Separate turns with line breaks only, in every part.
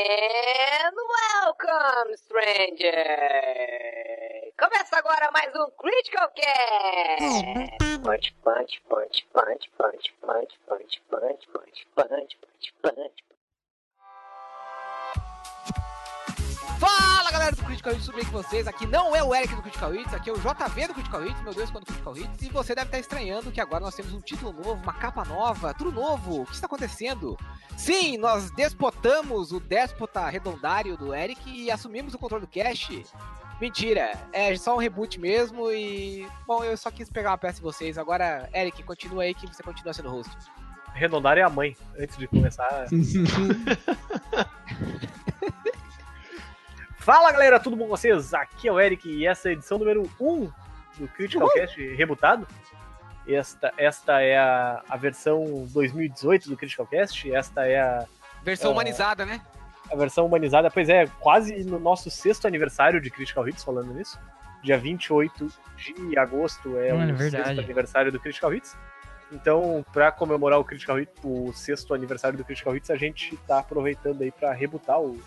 And welcome, stranger! Começa agora mais um Critical Cast! Punch, punch, punch, punch, punch, punch, punch, punch, punch, punch, punch, punch.
Fala galera do Critical Hits, tudo bem com vocês? Aqui não é o Eric do Critical Hits, aqui é o JV do Critical Hits, meu Deus, quando Critical Hits. E você deve estar estranhando que agora nós temos um título novo, uma capa nova, tudo novo. O que está acontecendo? Sim, nós despotamos o déspota redondário do Eric e assumimos o controle do cast. Mentira, é só um reboot mesmo e. Bom, eu só quis pegar uma peça de vocês. Agora, Eric, continua aí que você continua sendo host.
Redondar é a mãe, antes de começar. Fala galera, tudo bom com vocês? Aqui é o Eric e essa é a edição número 1 do Critical Cast rebutado. Esta, esta é a, a versão 2018 do Critical Cast, esta é a,
Versão
É.
humanizada, né?
a versão humanizada, pois é, quase no nosso sexto aniversário de Critical Hits, falando nisso. Dia 28 de agosto é
Mano,
o
verdade.
sexto aniversário do Critical Hits. Então, pra comemorar o Critical Hits, o sexto aniversário do Critical Hits, a gente tá aproveitando aí pra rebutar o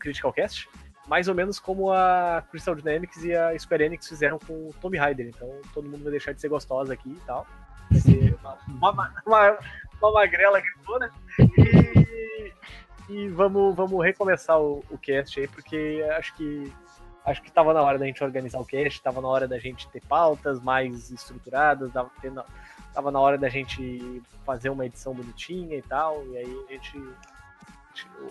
Critical Cast, mais ou menos como a Crystal Dynamics e a Square Enix fizeram com o Tomb Raider. Então, todo mundo vai deixar de ser gostosa aqui e tal. Vai ser uma, uma, uma, uma magrela gritona. E, e vamos, vamos recomeçar o, o cast aí, porque acho que acho que tava na hora da gente organizar o cast, tava na hora da gente ter pautas mais estruturadas, tava, tendo- tava na hora da gente fazer uma edição bonitinha e tal, e aí a gente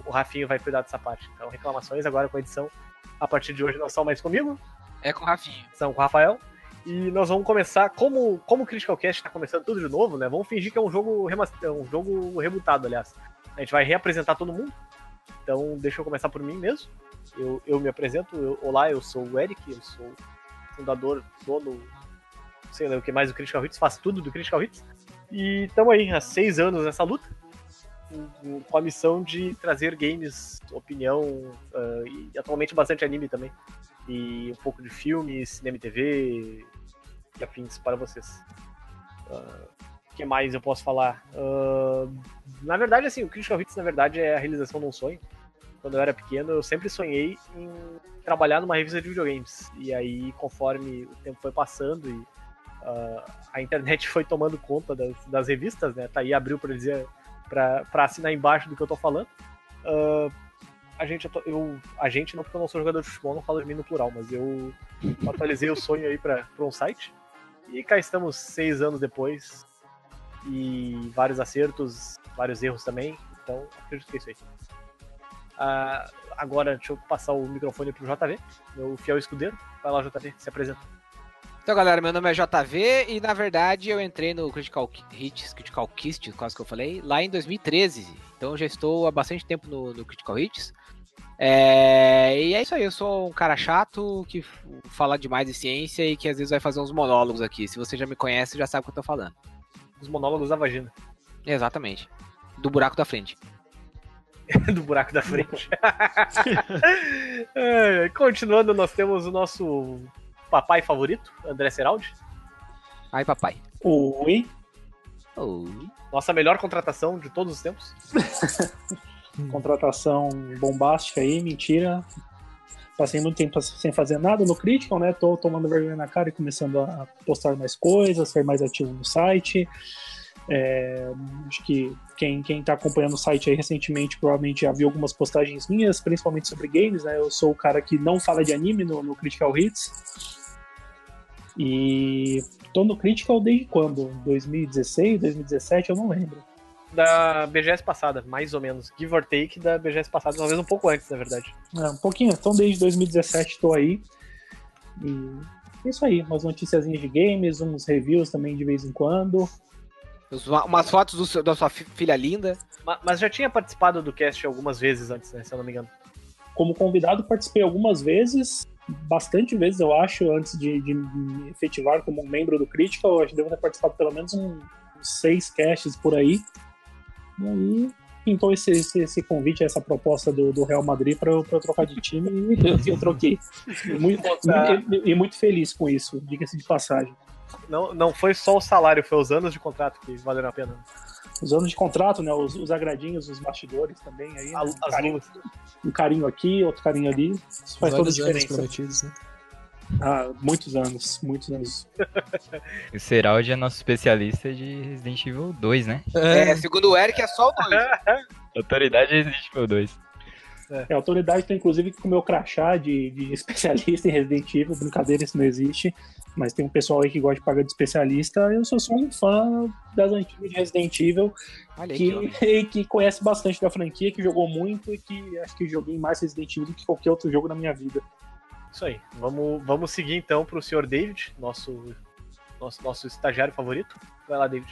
o Rafinho vai cuidar dessa parte. Então, reclamações agora com a edição. A partir de hoje não são mais comigo,
É com o Rafinha.
são com o Rafael. E nós vamos começar, como, como o Critical Cast tá começando tudo de novo, né? Vamos fingir que é um jogo remas- é um jogo rebutado, aliás. A gente vai reapresentar todo mundo. Então, deixa eu começar por mim mesmo. Eu, eu me apresento. Eu- olá, eu sou o Eric, eu sou fundador, dono, sei lá o que mais do Critical Hits, faço tudo do Critical Hits. E estamos aí há seis anos nessa luta, com- com a missão de trazer games, opinião, ah, e atualmente bastante anime também e um pouco de filme, cinema e TV e afins para vocês. Ah, O que mais eu posso falar? Ah, na verdade, assim, o Critical Hits, na verdade, é a realização de um sonho. Quando eu era pequeno, eu sempre sonhei em trabalhar numa revista de videogames. E aí, conforme o tempo foi passando e ah, a internet foi tomando conta das, das revistas, né? Tá aí, abriu para dizer para assinar embaixo do que eu tô falando. Ah, a gente, atu- eu, a gente não, porque eu não sou jogador de futebol, não falo de mim no plural, mas eu atualizei o sonho aí pra, pra um site. E cá estamos seis anos depois. E vários acertos, vários erros também. Então, acredito que é isso aí. Ah, agora, deixa eu passar o microfone pro JV, meu fiel escudeiro. Vai lá, JV, se apresenta.
Então, galera, meu nome é JV e na verdade eu entrei no Critical Hits, Critical Kist, quase que eu falei, lá em 2013. Então já estou há bastante tempo no, no Critical Hits. É, e é isso aí, eu sou um cara chato que f- fala demais de ciência e que às vezes vai fazer uns monólogos aqui. Se você já me conhece, já sabe o que eu tô falando.
Os monólogos da vagina,
Exatamente. Do buraco da frente.
do buraco da frente. É, continuando, nós temos o nosso papai favorito, André Seraldi.
Ai, papai.
Oi?
Oi.
Nossa melhor contratação de todos os tempos.
Contratação bombástica aí, mentira. Passei muito tempo sem fazer nada no Critical, né? Tô tomando vergonha na cara e começando a postar mais coisas, ser mais ativo no site. É, acho que quem, quem tá acompanhando o site aí recentemente provavelmente já viu algumas postagens minhas, principalmente sobre games, né? Eu sou o cara que não fala de anime no, no Critical Hits. E tô no Critical desde quando? 2016, 2017, eu não lembro.
Da BGS passada, mais ou menos. Give or take da BGS passada, talvez um pouco antes, na verdade.
É, um pouquinho, então desde 2017 tô aí. E é isso aí, umas noticiazinhas de games, uns reviews também de vez em quando.
Os- Umas fotos do seu- da sua fi- filha linda.
Ma- Mas já tinha participado do cast algumas vezes antes, né? Se eu não me engano.
Como convidado, participei algumas vezes, bastante vezes eu acho, antes de, de me efetivar como membro do Critical. Eu acho que devo ter participado pelo menos um- uns seis casts por aí. E aí pintou esse, esse, esse convite, essa proposta do, do Real Madrid para eu, pra eu trocar de time e eu, eu troquei. E muito, e- e muito feliz com isso, diga-se de passagem.
Não, não foi só o salário, foi os anos de contrato que valeram a pena.
Os anos de contrato, né? Os, os agradinhos, os bastidores também aí.
A-
né? Um
as
carinho,
luvas.
um carinho aqui, outro carinho ali. Isso faz toda a
Vários anos
diferença.
prometidos, né?
Ah, muitos anos, muitos anos.
O Seraldi é nosso especialista de Resident Evil 2, né?
É, segundo o Eric, é só o dois.
Autoridade Resident Evil 2.
É, a autoridade tem inclusive com o meu crachá de, de especialista em Resident Evil, brincadeira, isso não existe. Mas tem um pessoal aí que gosta de pagar de especialista. Eu sou só um fã das antigas de Resident Evil
Olha aí, que
que, que conhece bastante da franquia, que jogou muito e que acho que joguei mais Resident Evil do que qualquer outro jogo na minha vida.
Isso aí. Vamos, vamos seguir então pro senhor David, nosso, nosso, nosso estagiário favorito. Vai lá, David.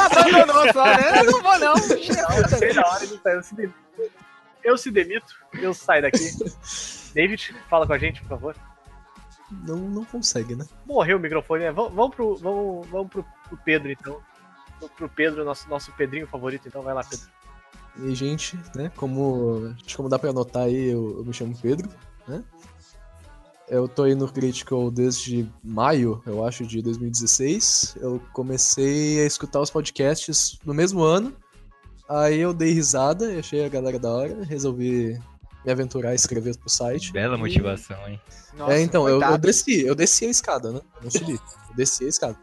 Abandonou só, né? Eu não vou, não.
Sei na hora ele saiu, eu se demito. Eu se demito, eu saio daqui. David, fala com a gente, por favor.
Não, não consegue, né?
Morreu o microfone, né? Vam- Vamos pro, vamos, vamos pro, pro Pedro, então. Pro- Pro Pedro, nosso, nosso Pedrinho favorito, então vai lá, Pedro.
E, gente, né? Como, acho que como dá pra anotar aí, eu, eu me chamo Pedro, né? Eu tô aí no Critical desde maio, eu acho, de 2016. Eu comecei a escutar os podcasts no mesmo ano. Aí eu dei risada, eu achei a galera da hora, resolvi me aventurar a escrever pro site.
Bela
E-
motivação, hein?
Nossa,
é, então, eu, eu
coitado.
desci, eu desci a escada, né? Eu Não subi, eu desci a escada.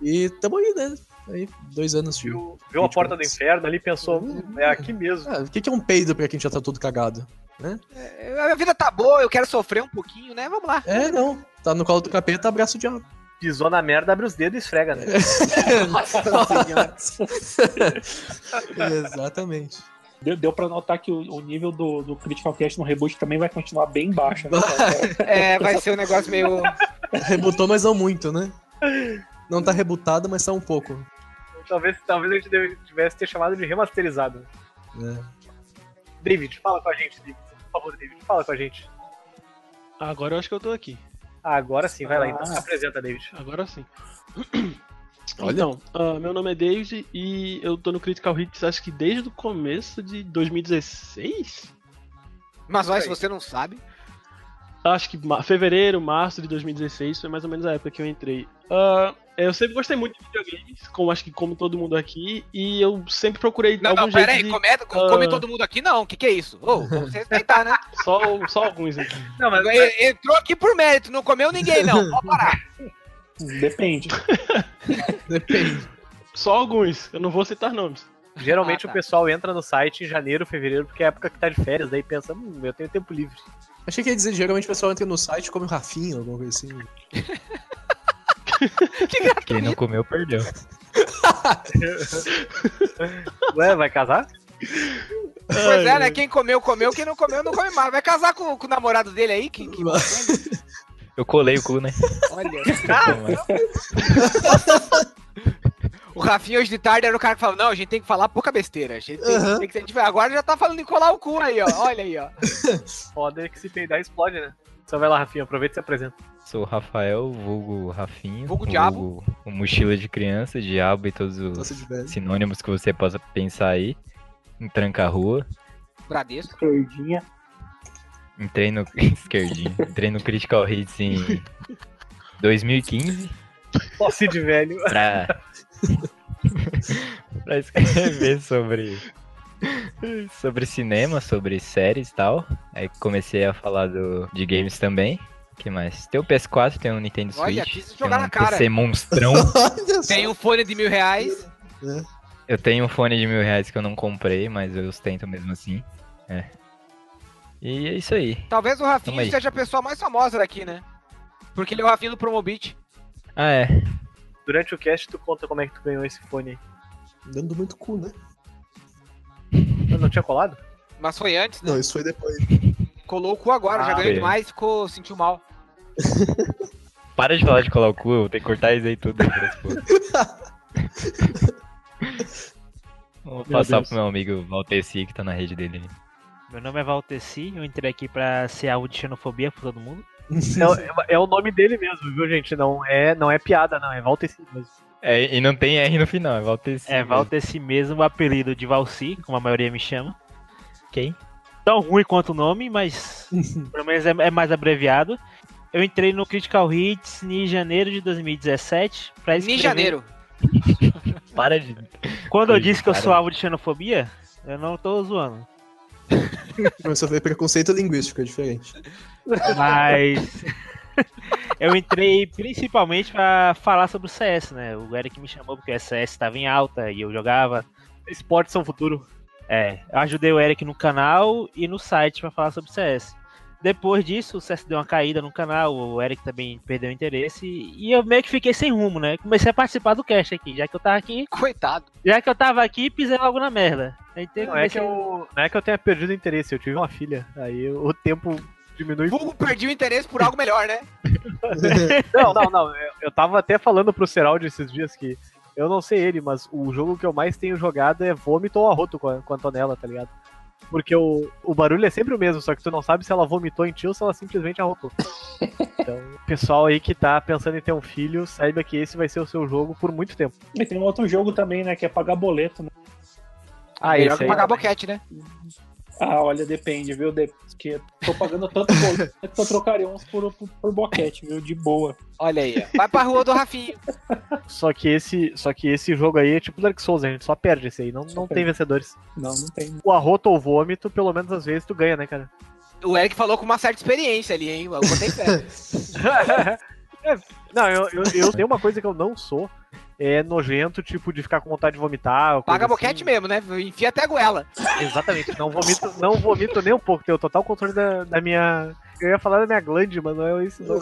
E tamo aí, né? Aí, dois anos de.
Viu, viu a porta do inferno ali e pensou, hum, é aqui mesmo.
Ah, o que que é um peido pra quem já tá todo cagado?
É, A vida tá boa, eu quero sofrer um pouquinho, né? Vamos lá.
É, não. Tá no colo do capeta, abraço o diabo.
Pisou na merda, abre os dedos e esfrega, né?
Exatamente.
Deu, deu para notar que o, o nível do, do Critical Cast no reboot também vai continuar bem baixo. Né?
É, vai ser um negócio meio.
Rebutou, mas não muito, né? Não tá rebutado, mas tá um pouco.
Então, Talvez, talvez a gente deve- tivesse ter chamado de remasterizado.
né?
David, fala com a gente, David. Por favor, David, fala com a gente.
Agora eu acho que eu tô aqui.
Ah, agora sim, vai lá então.
Ah.
Se apresenta, David.
Agora sim.
Olha.
Então, ah, meu nome é David e eu tô no Critical Hits acho que desde o começo de 2016?
Mas olha, se você não sabe.
Acho que ma- fevereiro, março de 2016 foi mais ou menos a época que eu entrei. Ah, eu sempre gostei muito de videogames, como acho que como todo mundo aqui, e eu sempre procurei
Não,
algum
não,
jeito
pera aí,
de...
come, come
ah.
todo mundo aqui, não. O que, que é isso? Ô, vamos se respeitar, né?
só, só alguns aqui.
Não, mas
E- Entrou aqui por mérito, não comeu ninguém, não. Pode parar.
Depende.
Depende.
Só alguns, eu não vou citar nomes.
geralmente
Ah, tá.
o pessoal entra no site em janeiro, fevereiro, porque é a época que tá de férias, daí pensa, hum, eu tenho tempo livre.
Achei que ia dizer, geralmente o pessoal entra no site e come um rafinho, alguma coisa assim.
Quem não comeu, perdeu.
Ué, vai casar?
Pois é, né? Quem comeu, comeu. Quem não comeu, não come mais. Vai casar com, com o namorado dele aí? Que, que...
Eu colei o cu, né?
Olha.
Ah,
O Rafinha hoje de tarde era o cara que falava: Não, a gente tem que falar pouca besteira. A gente tem,
Aham.
tem que ser diferente." Agora já tá falando em colar o cu aí, ó. Olha aí, ó.
Foda é que se peidar explode, né? Então vai lá, Rafinha, aproveita e se apresenta.
Sou o Rafael, vulgo Rafinho.
Vulgo Diabo.
O mochila de criança, Diabo e todos os
Nossa, de velho.
sinônimos que você possa pensar aí. Em tranca-rua.
Bradesco.
Cordinha.
Entrei no. Esquerdinho. Entrei no Critical Hits em 2015.
Posse de velho.
pra, pra escrever sobre sobre cinema, sobre séries e tal. Aí comecei a falar do, de games também. que mais? Tem o PS4, tem o Nintendo
Olha,
Switch.
quis jogar
tem
na
um
cara.
PC monstrão.
Olha só.
Tem um fone de mil reais.
eu tenho um fone de mil reais que eu não comprei, mas eu ostento mesmo assim. É. E é isso aí.
Talvez o Rafinha
Tamo aí.
seja a pessoa mais famosa daqui, né? Porque ele é o Rafinha do Promobit.
Ah, é.
Durante o cast, tu conta como é que tu ganhou esse fone aí.
Dando muito cu, né?
Eu não tinha colado?
Mas foi antes, né?
Não, isso foi depois.
Colou o cu agora,
Ah,
já ganhou
foi.
demais, ficou, sentiu mal.
Para de falar de colar o cu, eu vou ter que cortar isso aí tudo. né, depois, pô. Vou passar
Deus.
pro meu amigo Valteci, que tá na rede dele.
Meu nome é Valteci, eu entrei aqui pra ser algo de xenofobia pra todo mundo.
É, é o nome dele mesmo, viu, gente? Não é, não é piada, não. É Valteci mesmo.
É, e não tem R no final, é Valteci.
É Valteci mesmo, o apelido de Valci, como a maioria me chama.
Quem?
Tão ruim quanto o nome, mas pelo menos é, é mais abreviado. Eu entrei no Critical Hits em janeiro de 2017. Pra
Em
escrever-
janeiro.
Para de.
Quando eu disse que eu
Cara.
sou alvo de xenofobia, eu não tô zoando.
Mas só foi preconceito linguístico, é diferente.
Mas eu entrei principalmente pra falar sobre o CS, né? O Eric me chamou porque o CS tava em alta e eu jogava.
Esportes são futuro.
É, eu ajudei o Eric no canal e no site pra falar sobre o CS. Depois disso, o CS deu uma caída no canal, o Eric também perdeu o interesse e eu meio que fiquei sem rumo, né? Comecei a participar do cast aqui, já que eu tava aqui,
Coitado.
já que eu tava aqui, pisei logo na merda. Então,
Não é, que
comecei-
eu, não é que eu tenha perdido interesse, eu tive uma filha. Aí o tempo diminui.
Vulgo perdi o interesse por algo melhor, né?
Não, não, não. Eu, eu tava até falando pro Seraldi esses dias que eu não sei ele, mas o jogo que eu mais tenho jogado é vômito ou arroto com a, com a Antonella, tá ligado? Porque o, o barulho é sempre o mesmo, só que tu não sabe se ela vomitou em ti ou se ela simplesmente arrotou. Então, pessoal aí que tá pensando em ter um filho, saiba que esse vai ser o seu jogo por muito tempo.
E tem um outro jogo também, né? Que é pagar boleto, né?
Ah,
melhor
esse
que
aí.
pagar boquete, né?
Ah, olha, depende, viu? De... Porque tô pagando tanto boleto que eu trocaria uns por, por, por boquete, viu? De boa.
Olha aí, ó. Vai pra rua do Rafinho.
Só que esse, só que esse jogo aí é tipo Dark Souls, a gente só perde esse aí, não, não tem vencedores.
Não, não tem.
O arroto ou vômito, pelo menos às vezes tu ganha, né, cara?
O Eric falou com uma certa experiência ali, hein? Eu botei fé.
É, não, eu, eu, eu tenho uma coisa que eu não sou. É nojento, tipo, de ficar com vontade de vomitar. ou coisa
Paga
assim.
boquete mesmo, né? Enfia até a goela.
Exatamente. Não vomito, não vomito nem um pouco. Tenho total controle da, da minha. Eu ia falar da minha glande, mas não é isso. Não,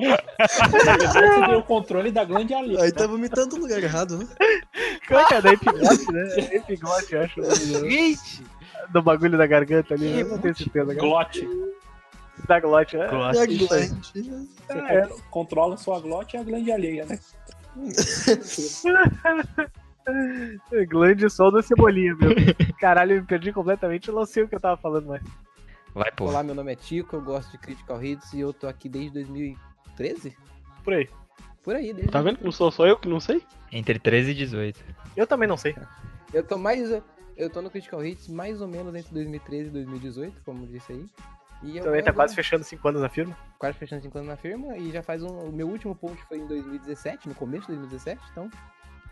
Ah, Você tem o controle da grande ali.
Aí tá vomitando no lugar errado, né?
Cara, da epiglote, né? Epiglote, eu acho. Do,
Gente!
do bagulho da garganta ali. Eu não tenho certeza. cara.
Glote.
Da glote, né?
Tá
É a
Gosto.
né?
glande.
Você
É.
contro- controla sua glote e a grande alheia, né?
Glande só da cebolinha, meu. Caralho, eu me perdi completamente. Eu não sei o que eu tava falando, mas.
Vai, pô.
Olá, meu nome é Tico, eu gosto de Critical Hits e eu tô aqui desde 2013?
Por aí.
Por aí, desde.
Tá vendo? que Não sou só eu que não sei?
Entre 13 e 18.
Eu também não sei.
Eu tô mais. Eu tô no Critical Hits mais ou menos entre 2013 e 2018, como disse aí. E eu
Também tá
gosto-
quase fechando 5 anos na firma.
quase fechando 5 anos na firma e já faz um. O meu último post foi em 2017, no começo de 2017, então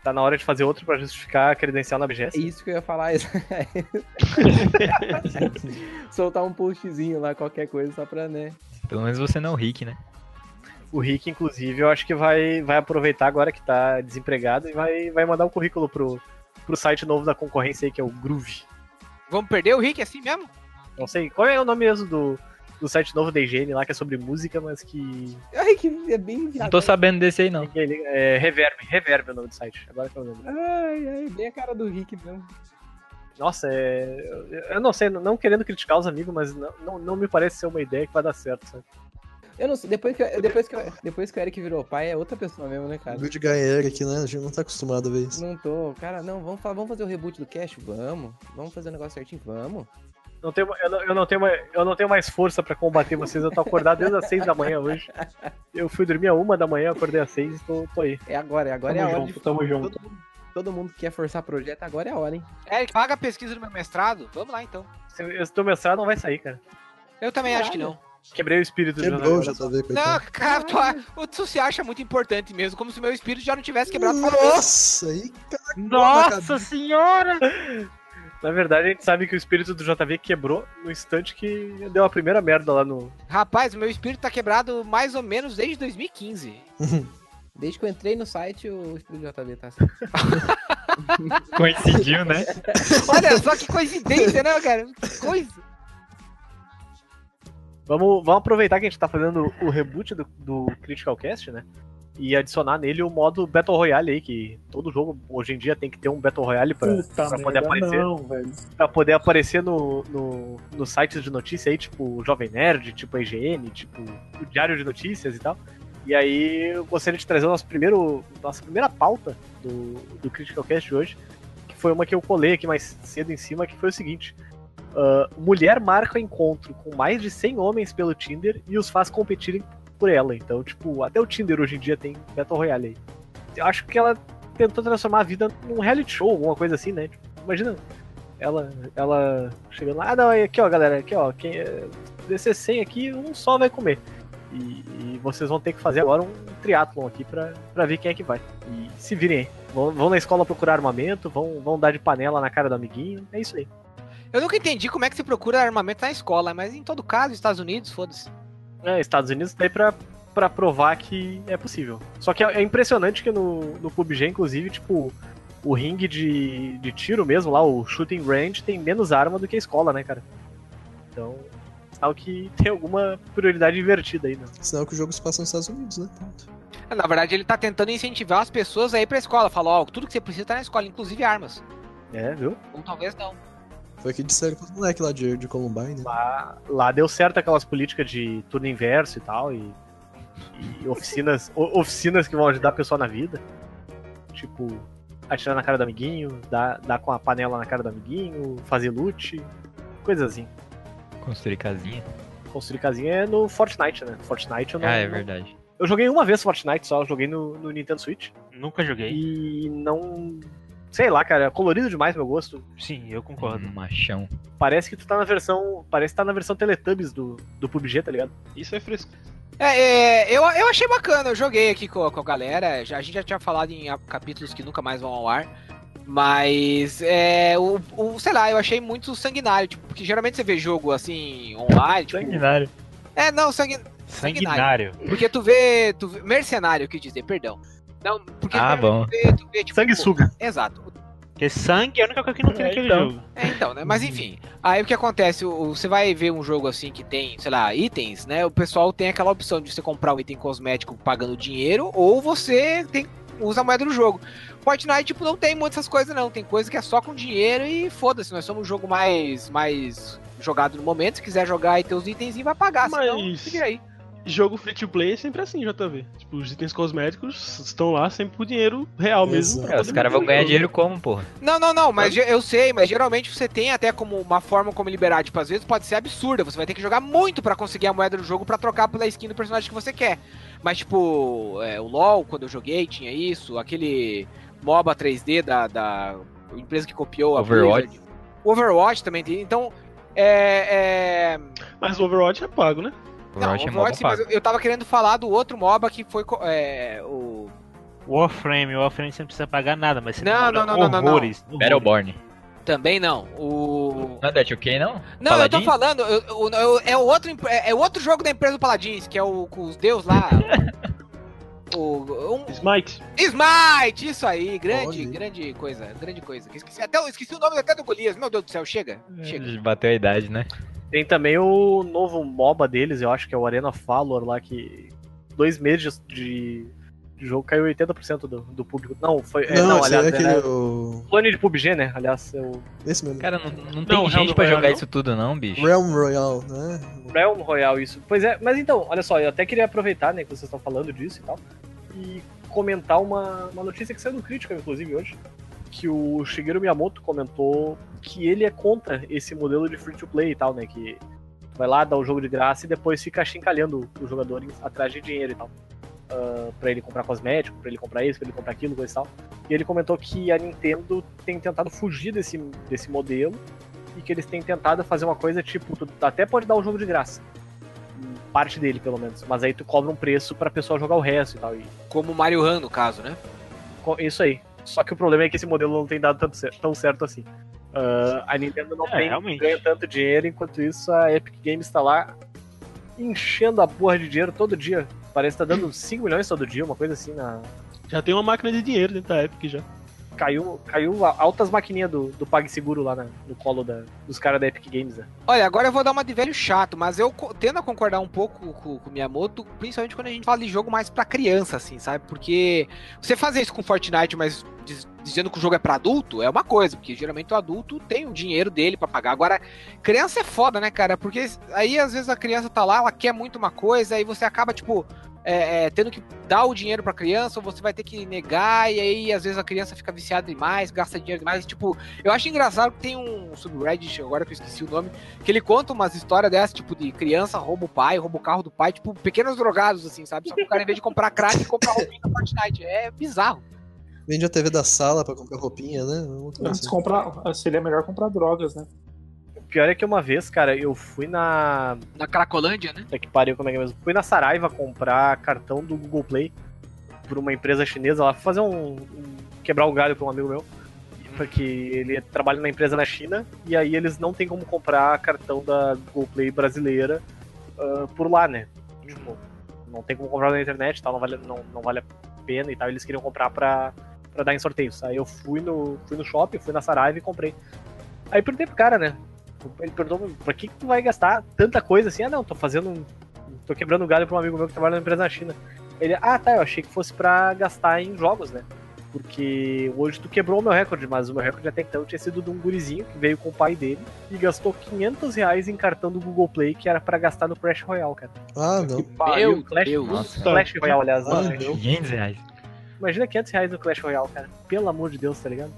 Tá na hora de fazer outro pra justificar a credencial na
é
BGS.
Assim.
isso que eu ia falar. Soltar um postzinho lá, qualquer coisa, só pra, né?
Pelo menos você não é o Rick, né?
O Rick, inclusive, eu acho que vai, vai aproveitar agora que tá desempregado e vai, vai mandar o currículo pro, pro site novo da concorrência aí, que é o Groove.
Vamos perder o Rick assim mesmo?
Não sei, qual é o nome mesmo do, do site novo da IGN lá, que é sobre música, mas que ninguém
Ai, que é bem
Não
viado.
tô sabendo desse aí, não.
liga. É Reverb, Reverb é o nome do site, agora que eu lembro.
Ai, ai, bem a cara do Rick mesmo.
Nossa, é, eu não sei, não querendo criticar os amigos, mas não, não, não me parece ser uma ideia que vai dar certo, sabe?
Eu não sei, depois que, eu- depois, que, eu- depois que o Eric virou pai, é outra pessoa mesmo, né, cara?
Good guy Eric aqui, né? A gente não tá acostumado a ver isso.
Não tô, cara, não, vamos, falar, vamos fazer o reboot do cast? Vamos. Vamos fazer o negócio certinho? Vamos.
Não tenho, eu, não, eu não tenho mais, eu não tenho mais força pra combater vocês, eu tô acordado desde as 6 da manhã hoje. Eu fui dormir a 1 da manhã, acordei às 6 e tô, tô aí.
É agora, é agora
Tamo
é a hora.
junto,
de-
tamo junto.
Todo, mundo- todo mundo que quer forçar projeto, agora é a hora, hein?
Eric, paga a pesquisa do meu mestrado? Vamos lá então.
Esse- Esse teu mestrado não vai sair, cara.
Eu também acho que não.
Quebrei o espírito do
Quebrou tá o
jornal.
JV,
Não,
coitado.
cara, tu, a- tu se acha muito importante mesmo, como se meu espírito já não tivesse quebrado. faz tempo.
Nossa, aí
Nossa senhora!
Na verdade, a gente sabe que o espírito do JV quebrou no instante que deu a primeira merda lá no.
Rapaz, o meu espírito tá quebrado mais ou menos desde 2015.
Desde que eu entrei no site, o Espírito JV tá assim.
Coincidiu, né?
Olha só que coincidência, né, cara? Que coisa.
Vamos, vamos aproveitar que a gente tá fazendo o reboot do, do Critical Cast, né? E adicionar nele o modo Battle Royale aí, que todo jogo hoje em dia tem que ter um Battle Royale pra,
Puta
pra
merda,
poder aparecer.
não, velho.
pra poder aparecer no, no, nos sites de notícia aí, tipo Jovem Nerd, tipo a IGN, tipo o Diário de Notícias e tal. E aí eu gostaria de trazer o nosso primeiro, nossa primeira pauta do, do Critical Cast de hoje, que foi uma que eu colei aqui mais cedo em cima, que foi o seguinte. ah, mulher marca encontro com mais de 100 homens pelo Tinder e os faz competirem por ela. Então, tipo, até o Tinder hoje em dia tem Battle Royale aí. Eu acho que ela tentou transformar a vida num reality show, alguma coisa assim, né? Tipo, imagina Ela, ela chegando lá, ah não, aqui ó galera, aqui ó, quem é- descer 100 aqui, um só vai comer. E, e vocês vão ter que fazer agora um triatlon aqui pra, pra ver quem é que vai. E se virem aí. Vão, vão na escola procurar armamento, vão, vão dar de panela na cara do amiguinho, é isso aí.
Eu nunca entendi como é que se procura armamento na escola, mas em todo caso, Estados Unidos, foda-se.
É, Estados Unidos daí pra, pra provar que é possível. Só que é, é impressionante que no, no PUBG, inclusive, tipo, o ringue de, de tiro mesmo, lá, o shooting range, tem menos arma do que a escola, né, cara? Então, tal que tem alguma prioridade invertida aí, né?
Senão que É o jogo se passa nos Estados Unidos, né? Ponto.
Na verdade, ele tá tentando incentivar as pessoas a ir pra escola. Falou, ó, tudo que você precisa tá na escola, inclusive armas.
É, viu?
Ou talvez não.
Foi o que disseram pros moleques lá de, de Columbine, né?
Lá, lá deu certo aquelas políticas de turno inverso e tal, e, e oficinas, o- oficinas que vão ajudar a pessoa na vida. Tipo, atirar na cara do amiguinho, dar, dar com a panela na cara do amiguinho, fazer loot, coisas assim.
Construir casinha.
Construir casinha é no Fortnite, né? Fortnite eu não.
Ah, é
não-
verdade.
Eu joguei uma vez Fortnite só, eu joguei no, no Nintendo Switch.
Nunca joguei.
E não. Sei lá, cara, é colorido demais meu gosto.
Sim, eu concordo.
Um machão.
Parece que tu tá na versão. Parece que tá na versão Teletubbies do, do PUBG, tá ligado?
Isso é fresco.
É, é, eu, eu achei bacana, eu joguei aqui com, com a galera. já- a gente já tinha falado em a- capítulos que nunca mais vão ao ar. Mas, é, o, o- sei lá, eu achei muito sanguinário. Tipo, porque geralmente você vê jogo assim, online. Tipo,
Sanguinário.
é, não, sanguinário.
Sanguinário.
Porque tu vê, tu vê- Mercenário, eu quis dizer, perdão. Não, porque
Ah, bom.
tu vê, tu vê, tipo,
Sanguessuga.
Exato.
Porque sangue é a única coisa que não tem
É,
naquele
então.
jogo.
É, então, né? Mas enfim, aí o que acontece? o- o- Você vai ver um jogo assim que tem, sei lá, itens, né? O pessoal tem aquela opção de você comprar um item cosmético pagando dinheiro, ou você tem, usa a moeda do jogo. Fortnite, tipo, não tem muitas essas coisas, não. Tem coisa que é só com dinheiro e foda-se, nós somos o jogo mais, mais jogado no momento. Se quiser jogar e ter os itens, vai pagar. Senão,
Mas-
se vira aí.
Jogo free to play é sempre assim, JV. Tipo, os itens cosméticos estão lá sempre por dinheiro real mesmo.
Exato.
pra
É, os
poder
caras
manter
vão
o
ganhar
jogo.
dinheiro como, porra?
Não, não, não, mas ge- eu sei, mas geralmente você tem até como uma forma como liberar, tipo, às vezes pode ser absurda, você vai ter que jogar muito pra conseguir a moeda do jogo pra trocar pela skin do personagem que você quer. Mas tipo, é, o LoL, quando eu joguei, tinha isso, aquele MOBA 3D da, da empresa que copiou a
Overwatch.
Blizzard. Overwatch também tem, então é, é,
Mas o Overwatch é pago, né?
Não,
Overwatch é mó
Overwatch sim, mas
pago.
eu, eu tava querendo falar do outro MOBA que foi co- é, o
Warframe, Warframe você não precisa pagar nada, mas você
Não,
demora
não, não, não, não, não.
horrores. horrores.
Battleborn.
também não, o
Não é Death OK, não?
Não, eu
Paladins?
tô falando, eu- eu- eu- é, o outro, empre- é o outro jogo da empresa do Paladins, que é o com os deus lá. o, um-
Smite.
Smite, isso aí, grande,
Olha.
grande coisa, grande coisa. que Esqueci, até, eu esqueci o nome até do Golias, meu Deus do céu, chega,
É.
chega.
Bateu a idade, né?
Tem também o novo MOBA deles, eu acho que é o Arena of Valor lá, que dois meses de de jogo caiu 80% do, do público. Não, foi. é,
não,
não,
esse
aliás,
é
é
aquele.
né?
o-
clone de PUBG, né? Aliás, é o
Esse mesmo.
Cara, não, não tem
Não, Hell
gente pra
Royale,
jogar
não?
isso tudo, não, bicho.
Realm Royale, né?
Realm Royale, um isso. Pois é, mas então, olha só, eu até queria aproveitar, né, que vocês estão falando disso e tal, e comentar uma, uma notícia que saiu no Crítica, inclusive, hoje, que o Shigeru Miyamoto comentou que ele é contra esse modelo de free-to-play e tal, né, que vai lá, dá o jogo de graça e depois fica chincalhando o jogador em- atrás de dinheiro e tal. Ah, pra ele comprar cosmético, pra ele comprar isso, pra ele comprar aquilo, coisa e tal. E ele comentou que a Nintendo tem tentado fugir desse, desse modelo e que eles têm tentado fazer uma coisa tipo, tu até pode dar o jogo de graça. Parte dele, pelo menos. Mas aí tu cobra um preço pra pessoa jogar o resto e tal. E
Como o Mario Han, no caso, né?
co- isso aí. Só que o problema é que esse modelo não tem dado tanto cer- tão certo assim. Ah, a Nintendo não
É,
tem-
realmente.
ganha tanto dinheiro, enquanto isso a Epic Games tá lá enchendo a porra de dinheiro todo dia. Parece que tá dando 5 milhões todo dia, uma coisa assim. Na...
Já tem uma máquina de dinheiro dentro da Epic já.
Caiu, caiu a- altas maquininhas do, do PagSeguro lá na- no colo da- dos caras da Epic Games. Né?
Olha, agora eu vou dar uma de velho chato, mas eu co- tendo a concordar um pouco com, com o Miyamoto, principalmente quando a gente fala de jogo mais pra criança, assim, sabe? Porque você fazer isso com Fortnite, mas diz- dizendo que o jogo é pra adulto, é uma coisa, porque geralmente o adulto tem o dinheiro dele pra pagar. Agora, criança é foda, né, cara? Porque aí às vezes a criança tá lá, ela quer muito uma coisa, aí você acaba, tipo. é, é, tendo que dar o dinheiro pra criança, ou você vai ter que negar, e aí às vezes a criança fica viciada demais, gasta dinheiro demais. Tipo, eu acho engraçado que tem um subreddit, agora que eu esqueci o nome, que ele conta umas histórias dessas, tipo, de criança rouba o pai, rouba o carro do pai, tipo, pequenos drogados, assim, sabe? Só que o cara, em vez de comprar crack, compra roupinha no Fortnite. É bizarro.
Vende a TV da sala pra comprar roupinha, né? Uma coisa
Antes
assim.
de comprar, seria melhor comprar drogas, né?
O pior é que uma vez, cara, eu fui na.
Na Cracolândia, né?
Puta que pariu, como é que é mesmo? Fui na Saraiva comprar cartão do Google Play por uma empresa chinesa lá, fui fazer um. um- quebrar o galho pra um amigo meu. Porque ele trabalha na empresa na China e aí eles não tem como comprar cartão da Google Play brasileira ah, por lá, né? Tipo, não tem como comprar na internet e tal, não vale, não, não vale a pena e tal. Eles queriam comprar pra, pra dar em sorteios. Aí eu fui no, fui no shopping, fui na Saraiva e comprei. Aí perguntei pro cara, né? Ele perguntou pra que, que tu vai gastar tanta coisa assim? Ah, não, tô fazendo um. tô quebrando um galho pra um amigo meu que trabalha na empresa na China. Ele, ah, tá, eu achei que fosse pra gastar em jogos, né? Porque hoje tu quebrou o meu recorde, mas o meu recorde até então tinha sido de um gurizinho que veio com o pai dele e gastou 500 reais em cartão do Google Play que era pra gastar no Crash Royale, cara.
Ah, não.
Que pariu,
Meu
Clash,
Deus.
Nossa.
Clash Royale, aliás.
Ah,
né?
não.
500 reais.
Imagina 500 reais no Clash Royale, cara. Pelo amor de Deus, tá ligado?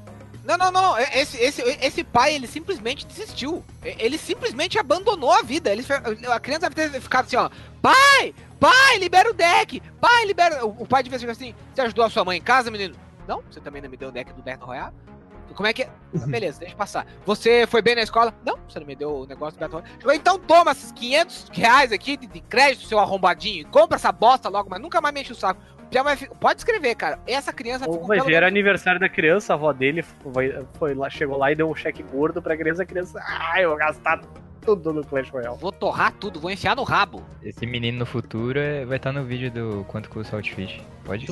Não, não, não. é- Esse, esse, esse pai, ele simplesmente desistiu. E- Ele simplesmente abandonou a vida. Ele, fe- a criança deve ter ficado assim, ó. Pai! Pai, libera o deck! Pai, libera. O o pai devia ficar assim, você ajudou a sua mãe em casa, menino? Não, você também não me deu o deck do Berto Royale? Como é que é? Ah, Beleza, deixa eu passar. Você foi bem na escola? Não, você não me deu o negócio do Battle Royale. Então toma esses 500 reais aqui de, de crédito, seu arrombadinho. e Compra essa bosta logo, mas nunca mais me enche o saco. Já vai fi- Pode escrever, cara. Essa criança
Ou
ficou
vai
pelo
ver, era
menos-
aniversário da criança, a avó dele foi, foi lá, chegou lá e deu um cheque gordo pra criança, a criança, ah, eu vou gastar tudo no Clash Royale.
Vou torrar tudo, vou enfiar no rabo.
Esse menino no futuro é- vai estar no vídeo do quanto custa o outfit. Pode?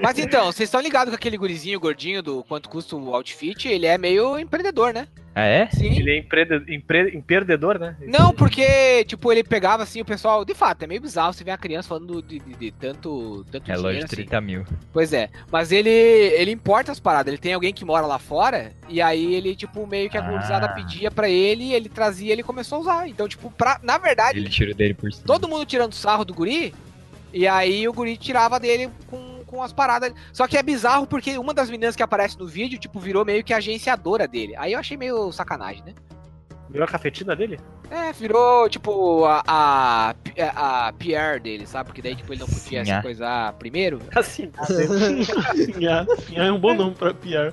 Mas então, vocês estão ligados que aquele gurizinho gordinho do quanto custa o outfit, ele é meio empreendedor, né?
Ah, é?
Sim.
Ele é empreende- empre- empreendedor, né?
Não, porque, tipo, ele pegava assim o pessoal. De fato, é meio bizarro você ver a criança falando de, de- de tanto, tanto dinheiro
Relógio É de
assim.
30 mil.
Pois é. Mas ele ele importa as paradas. Ele tem alguém que mora lá fora. E aí ele, tipo, meio que a
Ah.
gurizada pedia pra ele, ele trazia ele começou a usar. Então, tipo, pra, na verdade,
Ele tirou dele por cima.
todo mundo tirando sarro do guri, e aí o guri tirava dele com, com as paradas. Só que é bizarro porque uma das meninas que aparece no vídeo, tipo, virou meio que agenciadora dele. Aí eu achei meio sacanagem, né?
Virou a cafetina dele?
É, virou, tipo, a, a, a PR dele, sabe? Porque daí, tipo, ele não podia
Sim,
se
é.
coisar primeiro.
Assim,
Pinhar. Pinhar é um bom nome pra piar.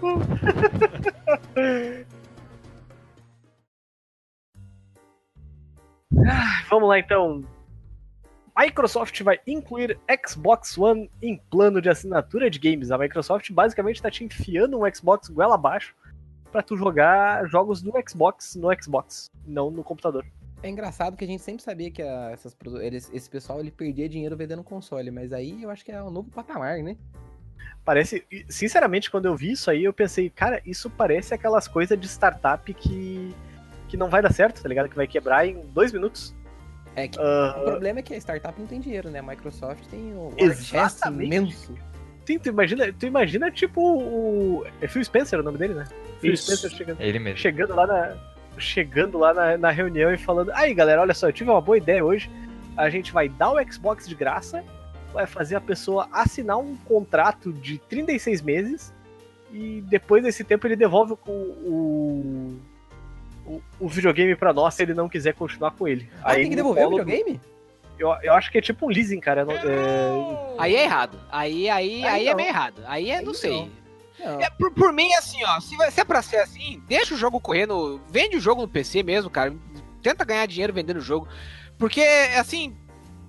vamos lá então. Microsoft vai incluir Xbox One em plano de assinatura de games. A Microsoft basicamente tá te enfiando um Xbox goela abaixo pra tu jogar jogos do Xbox no Xbox, não no computador.
É engraçado que a gente sempre sabia que a- essas, produ- eles- esse pessoal ele perdia dinheiro vendendo console, mas aí eu acho que é um novo patamar, né?
Parece, e, sinceramente, quando eu vi isso aí, eu pensei, cara, isso parece aquelas coisas de startup que que não vai dar certo, tá ligado? Que vai quebrar em dois minutos.
É que
Ah,
o problema é que a startup não tem dinheiro, né? A Microsoft tem um war chest
Exatamente.
imenso.
sim, tu imagina, tu imagina tipo o é Phil Spencer, o nome dele, né? Phil
Isso.
Spencer chegando.
É Ele mesmo.
chegando lá na chegando lá na, na reunião e falando aí galera olha só eu tive uma boa ideia hoje a gente vai dar o Xbox de graça vai fazer a pessoa assinar um contrato de 36 meses e depois desse tempo ele devolve o o, o, o videogame pra nós se ele não quiser continuar com ele
Ah, tem que devolver o
colo do-
videogame?
eu, eu acho que é tipo um leasing cara eu não- é,
Aí é errado. Aí, aí, aí,
Aí
é
não.
meio errado. Aí é,
Aí
não sei.
não. Não,
É, por, por mim, assim, ó. Se, vai- se é pra ser assim, deixa o jogo correndo. Vende o jogo no PC mesmo, cara. Tenta ganhar dinheiro vendendo o jogo. Porque, assim,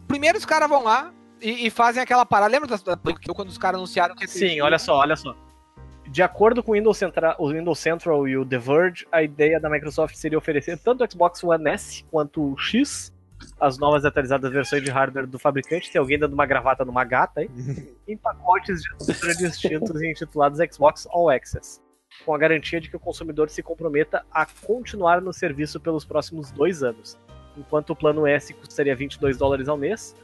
primeiro os caras vão lá e, e fazem aquela parada. Lembra das- da, quando os caras anunciaram que. esse-
Sim, olha só, olha só. De acordo com o Windows, Central, o Windows Central e o The Verge, a ideia da Microsoft seria oferecer tanto o Xbox One S quanto o X, as novas e atualizadas versões de hardware do fabricante, tem alguém dando uma gravata numa gata aí, em pacotes de assinatura distintos e intitulados Xbox All Access, com a garantia de que o consumidor se comprometa a continuar no serviço pelos próximos dois anos, enquanto o plano S custaria 22 dólares ao mês,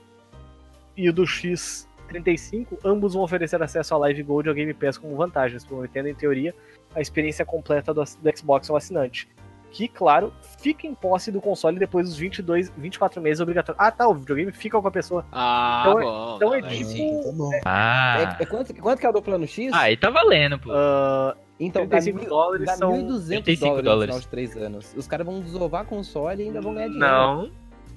e o do X 35, ambos vão oferecer acesso à Live Gold e ao Game Pass como vantagens, prometendo, em teoria, a experiência completa do, ass- do Xbox ao assinante. Que, claro, fica em posse do console depois dos 22, 24 meses obrigatório. Ah, tá, o videogame fica com a pessoa.
Ah,
Então é-
bom.
então é
não, aí
tipo-
sim.
tá bom.
Ah.
É- é quanto, quanto que é o do plano X?
Ah, aí tá valendo, pô.
Ah,
então, dá
35
mil-
dólares
dá
são-
1.200
35
dólares, no
dólares.
final de 3 anos. Os caras vão desovar console e ainda vão ganhar dinheiro. É.
não.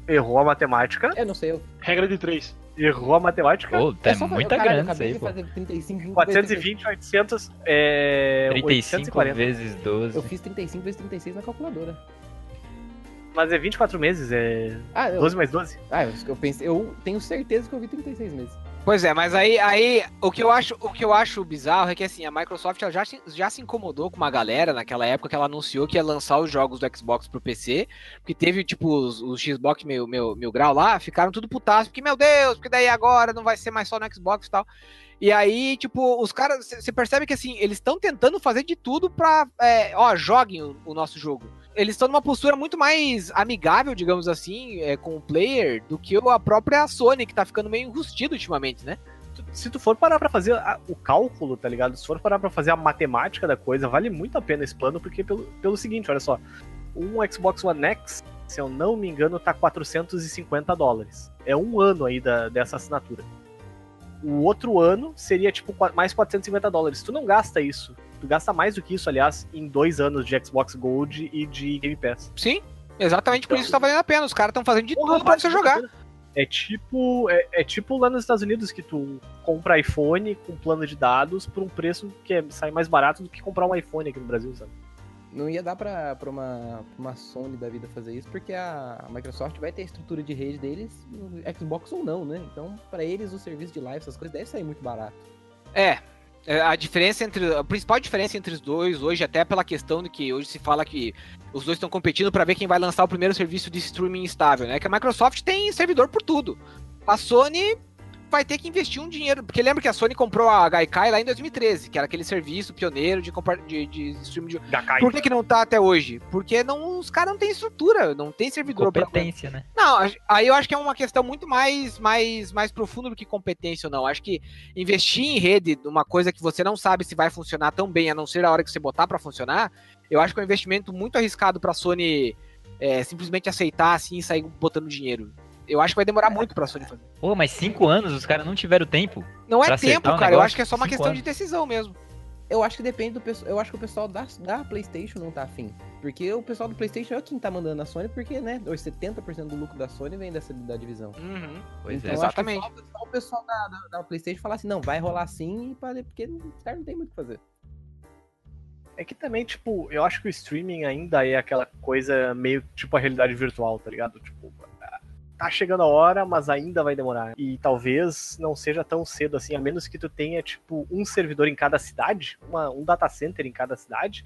Errou a matemática.
Eu não sei, eu
Regra de três.
Errou a matemática.
Pô, tá
É só fa-
muita
caralho, eu
grana isso
acabei
aí,
de
pô.
fazer 35 vezes
420, 800, é,
35
840.
vezes
36. Eu
12.
fiz 35 vezes 36 na calculadora.
Mas é 24 meses, é
Ah, eu,
12 mais 12.
ah, eu, eu pensei, eu tenho certeza que eu vi 36 meses.
Pois é, mas aí, aí o, que eu acho, o que eu acho bizarro é que assim, a Microsoft ela já, se- já se incomodou com uma galera naquela época que ela anunciou que ia lançar os jogos do Xbox pro PC, porque teve tipo os, os Xbox mil, mil, mil grau lá, ficaram tudo putaço, porque meu Deus, porque daí agora não vai ser mais só no Xbox e tal. E aí, tipo, os caras, você percebe que assim, eles estão tentando fazer de tudo pra, é, ó, joguem o, o nosso jogo. Eles estão numa postura muito mais amigável, digamos assim, é, com o player, do que a própria Sony, que tá ficando meio enrustida ultimamente, né?
Tu- Se tu for parar pra fazer a- o cálculo, tá ligado? Se for parar pra fazer a matemática da coisa, vale muito a pena esse plano, porque pelo, pelo seguinte, olha só. Um Xbox One X, se eu não me engano, tá 450 dólares. É um ano aí da, dessa assinatura. O outro ano seria, tipo, qua- mais 450 dólares. Tu não gasta isso. Tu gasta mais do que isso, aliás, em dois anos de Xbox Gold e de Game Pass.
Sim, exatamente por
Então-
isso que tá valendo a pena. Os caras estão fazendo de
Porra,
tudo pra você jogar.
É tipo, é, é tipo lá nos Estados Unidos que tu compra iPhone com plano de dados por um preço que é- sai mais barato do que comprar um iPhone aqui no Brasil, sabe?
Não ia dar pra, pra, uma, pra uma Sony da vida fazer isso, porque a Microsoft vai ter a estrutura de rede deles, no Xbox ou não, né? Então, pra eles, o serviço de live, essas coisas, deve sair muito barato.
É. é, A diferença entre. A principal diferença entre os dois hoje, até pela questão de que hoje se fala que os dois estão competindo pra ver quem vai lançar o primeiro serviço de streaming estável, né? Que a Microsoft tem servidor por tudo. A Sony vai ter que investir um dinheiro. Porque lembra que a Sony comprou a Gaikai lá em 2013, que era aquele serviço pioneiro de, compa- de, de streaming de.
Gakai.
Por que, que não tá até hoje? Porque não, os caras não têm estrutura, não tem servidor pra
Competência, né?
não, a- aí eu acho que é uma questão muito mais, mais, mais profunda do que competência ou não. Acho que investir em rede, uma coisa que você não sabe se vai funcionar tão bem, a não ser a hora que você botar pra funcionar, eu acho que é um investimento muito arriscado pra Sony é, simplesmente aceitar assim e sair botando dinheiro. Eu acho que vai
É.
demorar muito pra Sony fazer.
Pô, mas 5 anos os caras não tiveram tempo.
Não é
Pra aceitar
tempo,
um
cara. eu
negócio,
acho que é só uma
cinco
questão
anos.
de decisão mesmo.
Eu acho que depende do pessoal. Eu acho que o pessoal da, da PlayStation não tá afim. Porque o pessoal do PlayStation é quem tá mandando a Sony, porque, né? Hoje 70% do lucro da Sony vem dessa da divisão.
Uhum.
Pois
então,
é.
eu acho que
exatamente.
só- Só, o pessoal da, da, da PlayStation falar assim: não, vai rolar assim, e pare- porque os caras não tem muito o que fazer.
É que também, tipo, eu acho que o streaming ainda é aquela coisa meio tipo a realidade virtual, tá ligado? Tipo, tá chegando a hora, mas ainda vai demorar. E talvez não seja tão cedo assim, a menos que tu tenha, tipo, um servidor em cada cidade, uma- um data center em cada cidade.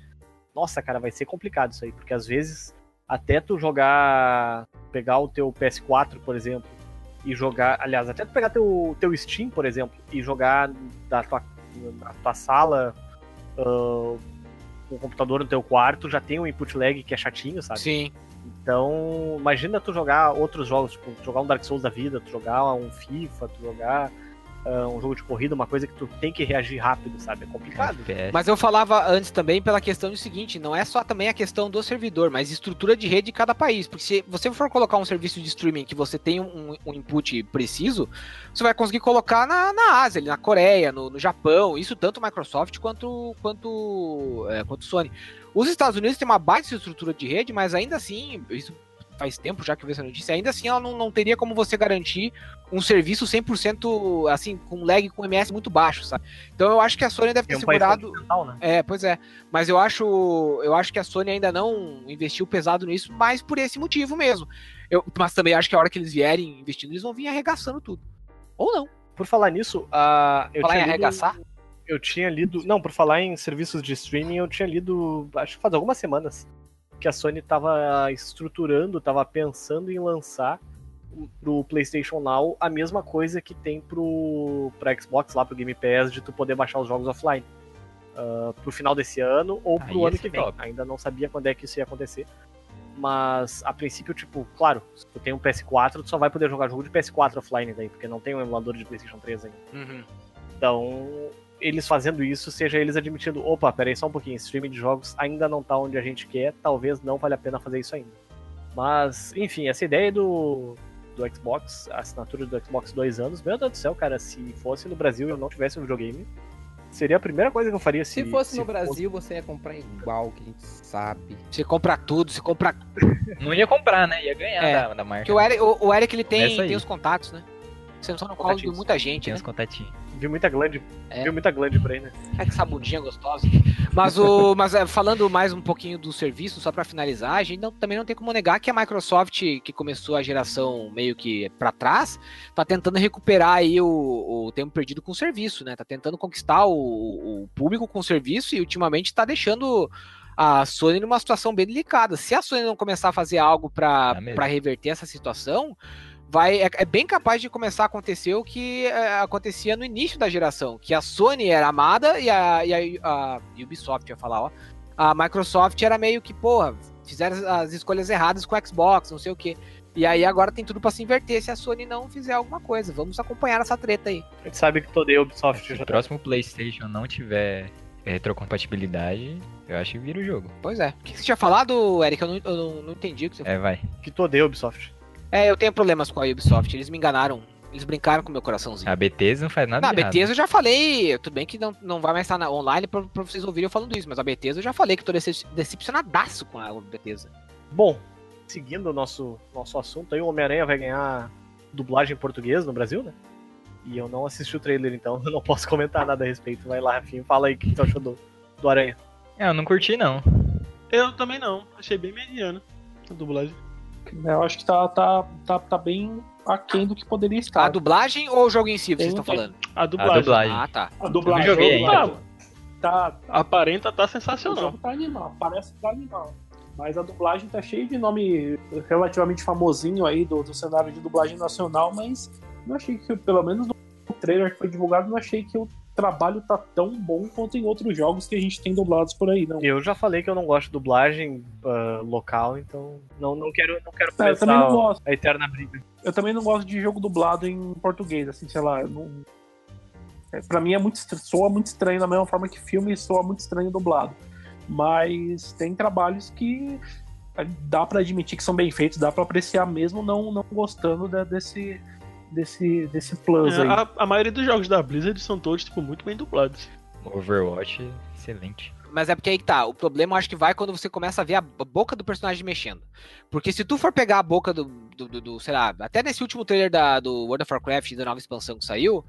Nossa, cara, vai ser complicado isso aí, porque às vezes até tu jogar, pegar o teu PS4, por exemplo, e jogar, aliás, até tu pegar teu, teu Steam, por exemplo, e jogar da tua, na tua sala ah, o computador no teu quarto, já tem um input lag que é chatinho, sabe?
Sim.
Então, imagina tu jogar outros jogos, tipo, tu jogar um Dark Souls da vida, tu jogar um FIFA, tu jogar ah, um jogo de corrida, uma coisa que tu tem que reagir rápido, sabe? É complicado.
FPS.
Mas eu falava antes também pela questão do seguinte, não é só também a questão do servidor, mas estrutura de rede de cada país. Porque se você for colocar um serviço de streaming que você tem um, um input preciso, você vai conseguir colocar na, na Ásia, ali, na Coreia, no, no Japão, isso tanto Microsoft quanto quanto, é, quanto Sony. Os Estados Unidos têm uma baixa estrutura de rede, mas ainda assim, isso faz tempo já que eu vi essa notícia, ainda assim ela não, não teria como você garantir um serviço 100% assim, com lag, com MS muito baixo, sabe? Então eu acho que a Sony deve ter
É um país
segurado...
continental, né?
É, pois é. Mas eu acho, eu acho que a Sony ainda não investiu pesado nisso, mas por esse motivo mesmo. Eu, mas também acho que a hora que eles vierem investindo, eles vão vir arregaçando tudo. Ou não.
Por falar nisso, ah, eu
Falar em
tinha lido-
arregaçar.
eu tinha lido. Não, por falar em serviços de streaming, eu tinha lido, acho que faz algumas semanas, que a Sony tava estruturando, tava pensando em lançar pro PlayStation Now a mesma coisa que tem pro pra Xbox lá, pro Game Pass, de tu poder baixar os jogos offline. Ah, pro final desse ano ou
Ah,
pro
ia
ano
ser
que vem.
top.
Ainda não sabia quando é que isso ia acontecer. Mas, a princípio, tipo, claro, se tu tem um PS4, tu só vai poder jogar jogo de PS4 offline daí, porque não tem um emulador de PlayStation 3 ainda. Então, eles fazendo isso, seja eles admitindo, opa, peraí só um pouquinho, streaming de jogos ainda não tá onde a gente quer, talvez não valha a pena fazer isso ainda. Mas, enfim, essa ideia do, do Xbox, a assinatura do Xbox dois anos, meu Deus do céu, cara, se fosse no Brasil e eu não tivesse um videogame, seria a primeira coisa que eu faria se,
Se fosse no Brasil, você ia comprar igual, que a gente sabe.
Você compra tudo, você
É
compra.
Não ia comprar, né? Ia ganhar
É.
da, da marca.
Porque o Eric, o, o Eric ele tem,
Começa aí.
tem os contatos, né? Você não só no colo de
Contatinhos.
muita gente,
Tinha
né?
uns contatinhos.
Vi muita glande,
É.
vi muita glande por aí, né?
É que essa bundinha gostosa. Mas, o, mas é, falando mais um pouquinho do serviço, só pra finalizar, a gente não- também não tem como negar que a Microsoft, que começou a geração meio que pra trás, tá tentando recuperar aí o, o tempo perdido com o serviço, né? Tá tentando conquistar o, o público com o serviço e ultimamente tá deixando a Sony numa situação bem delicada. Se a Sony não começar a fazer algo pra
Tá mesmo.
pra reverter essa situação, vai é, é bem capaz de começar a acontecer o que é, acontecia no início da geração, que a Sony era amada e a, e a, a Ubisoft, eu ia falar, ó, a Microsoft era meio que, porra, fizeram as- as escolhas erradas com o Xbox, não sei o quê. E aí agora tem tudo pra se inverter se a Sony não fizer alguma coisa. Vamos acompanhar essa treta aí.
A gente sabe que toda a Ubisoft
Se
já
o próximo PlayStation não tiver retrocompatibilidade, eu acho que vira o jogo.
Pois é. O que que você tinha falado, Eric? Eu não, eu não- não entendi o que você
É, vai.
que toda a Ubisoft.
É, eu tenho problemas com a Ubisoft. Eles me enganaram. Eles brincaram com o meu coraçãozinho.
A BTS não faz nada
Na
de errado.
Bethesda eu já falei, tudo bem que não, não vai mais estar na, online pra, pra vocês ouvirem eu falando isso, mas a Bethesda eu já falei que tô decep- decepcionadaço com a Bethesda.
Bom, seguindo o nosso, nosso assunto aí, o Homem-Aranha vai ganhar dublagem em português no Brasil, né? E eu não assisti o trailer, então eu não posso comentar nada a respeito. Vai lá, Rafinha, fala aí o que tu achou do, do Aranha.
É, eu não curti, não.
Eu também não. Achei bem mediano a dublagem.
Eu acho que tá, tá, tá, tá bem aquém do que poderia
A
estar.
dublagem ou o jogo em si, que vocês
Tem-
estão falando?
A
A
dublagem.
dublagem.
Ah, tá.
A
Eu não joguei
a
ainda.
dublagem tá,
Aparenta tá
o
sensacional.
jogo tá animal, parece que tá animal. Mas a dublagem tá cheia de nome relativamente famosinho aí do, do cenário de dublagem nacional, mas não achei que, pelo menos no trailer que foi divulgado, não achei que o trabalho tá tão bom quanto em outros jogos que a gente tem dublados por aí, não.
Eu já falei que eu não gosto de dublagem ah, local, então não, não quero, não quero
Ah, eu também
começar
não gosto.
a eterna briga.
Eu também não gosto de jogo dublado em português, assim, sei lá, eu não... é, pra mim é muito estra- soa muito estranho da mesma forma que filme soa muito estranho dublado. Mas tem trabalhos que é, dá pra admitir que são bem feitos, dá pra apreciar mesmo não não gostando da- desse desse desse plus
É,
aí.
a, a maioria dos jogos da Blizzard são todos, tipo, muito bem dublados.
Overwatch, excelente.
Mas é porque aí que tá. O problema eu acho que vai quando você começa a ver a b- boca do personagem mexendo. Porque se tu for pegar a boca do, do, do- do- sei lá, até nesse último trailer da, do World of Warcraft, da nova expansão que saiu,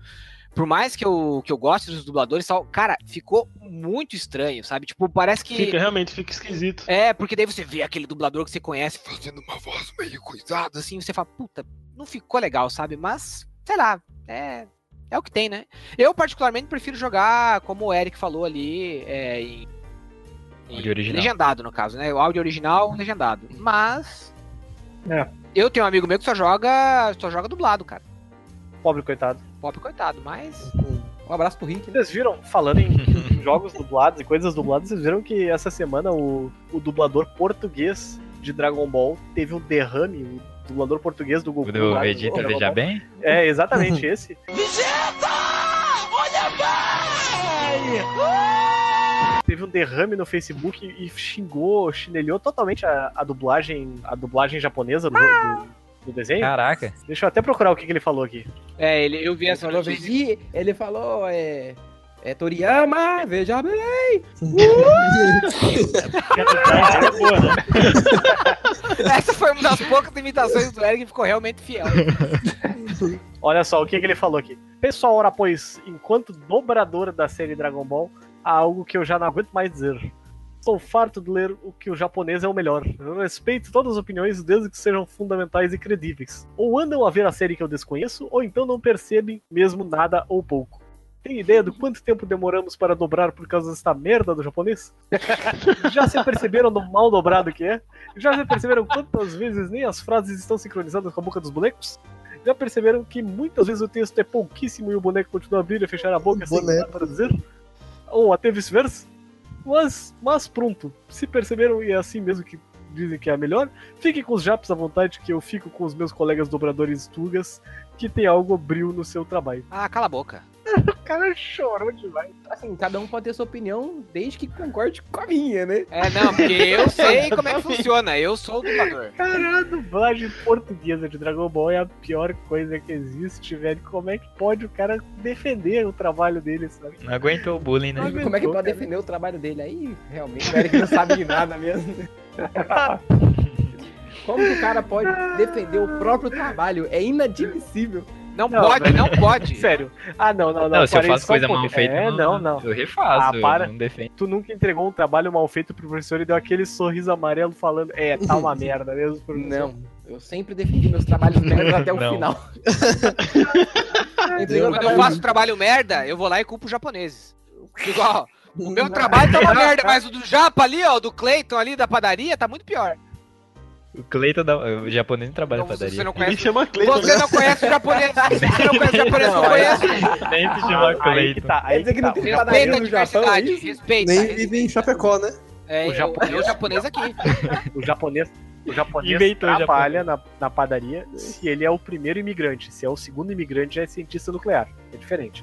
por mais que eu, que eu goste dos dubladores, e tal, cara, ficou muito estranho, sabe? Tipo, parece que.
Fica, realmente, fica esquisito.
É, porque daí você vê aquele dublador que você conhece fazendo uma voz meio coisada, assim, você fala, puta, não ficou legal, sabe? Mas, sei lá, é, é o que tem, né? Eu, particularmente, prefiro jogar, como o Eric falou ali, é, em, em
Áudio original.
legendado, no caso, né? O áudio original, legendado. Mas.
É.
Eu tenho um amigo meu que só joga. só joga dublado, cara.
Pobre coitado.
Pop, coitado, mas.
Um abraço pro Rick, né?
Vocês viram, falando em jogos dublados e coisas dubladas, vocês viram que essa semana o, o dublador português de Dragon Ball teve um derrame, o dublador português do Goku.
O do
lá,
Vegeta,
Dragon
veja
Ball.
ah, bem.
É, exatamente esse. Teve um derrame no Facebook e xingou, chinelhou totalmente a, a dublagem, a dublagem japonesa do, do, do desenho.
Caraca.
Deixa eu até procurar o que, que ele falou aqui.
É, ele, eu vi
Ele
essa
falou,
notícia.
Vegi, ele falou, é. É Toriyama, veja bem.
É boa, né?
Essa foi uma das poucas imitações do Eric que ficou realmente fiel.
Olha só o que, que ele falou aqui. Pessoal, ora pois, enquanto dobradora da série Dragon Ball, há algo que eu já não aguento mais dizer. Sou farto de ler o que o japonês é o melhor. Eu respeito todas as opiniões, desde que sejam fundamentais e credíveis. Ou andam a ver a série que eu desconheço, ou então não percebem mesmo nada ou pouco. Tem ideia do quanto tempo demoramos para dobrar por causa desta merda do japonês? Já se perceberam do mal dobrado que é? Já se perceberam quantas vezes nem as frases estão sincronizadas com a boca dos bonecos? Já perceberam que muitas vezes o texto é pouquíssimo e o boneco continua a abrir e fechar a boca sem
Boneco.
nada para dizer? Ou até vice-versa? Mas, mas pronto, se perceberam e é assim mesmo que dizem que é a melhor, fiquem com os japs à vontade que eu fico com os meus colegas dobradores tugas que tem algo bril no seu trabalho.
Ah, cala a boca.
O cara chorou demais.
Assim, cada um pode ter sua opinião desde que concorde com a minha, né?
É, não, porque eu sei como é que funciona. Eu sou o dublador.
Cara, a dublagem portuguesa de Dragon Ball é a pior coisa que existe, velho. Como é que pode o cara defender o trabalho dele, sabe?
Não aguentou o bullying, né?
Mas-
Como é que
Aguentou,
pode
cara.
defender o trabalho dele? Aí, realmente, o Eric não sabe de nada mesmo. Como que o cara pode defender o próprio trabalho? É inadmissível.
Não,
Não,
pode,
velho.
não pode.
Sério. Ah, não, não, não.
Não, se eu
parei
faço
só um
coisa mal
pouquinho.
feita,
É,
eu
não, não.
Eu refaço,
Ah, para.
eu não defendo.
Tu nunca entregou um trabalho mal feito pro professor e deu aquele sorriso amarelo falando, é, tá uma merda mesmo, professor.
Não, eu sempre defendi meus trabalhos merda até o
Não.
final. Entregou o
Quando eu
trabalho-
faço trabalho merda, eu vou lá e culpo os japoneses. Igual, o meu trabalho tá uma merda, mas o do Japa ali, ó, do Cleiton ali da padaria, tá muito pior.
O Cleiton, da... o japonês não trabalha
Então,
na padaria.
você não
Ele
conhece.
chama Cleiton.
Você não conhece o japonês. Você não conhece o japonês, não conhece.
Nem se chama
Aí que
Cleiton.
tá, aí
Quer dizer que
tá.
não tem padaria
Respeita a
no Japão, é
diversidade.
isso?
Respeita.
Nem vive em Chapecó, né?
É,
O
o
japonês.
japonês, o japonês aqui.
O japonês, o japonês
Inventou o
trabalha na, na padaria se ele é o primeiro imigrante. Se é o segundo imigrante, já é cientista nuclear. É diferente.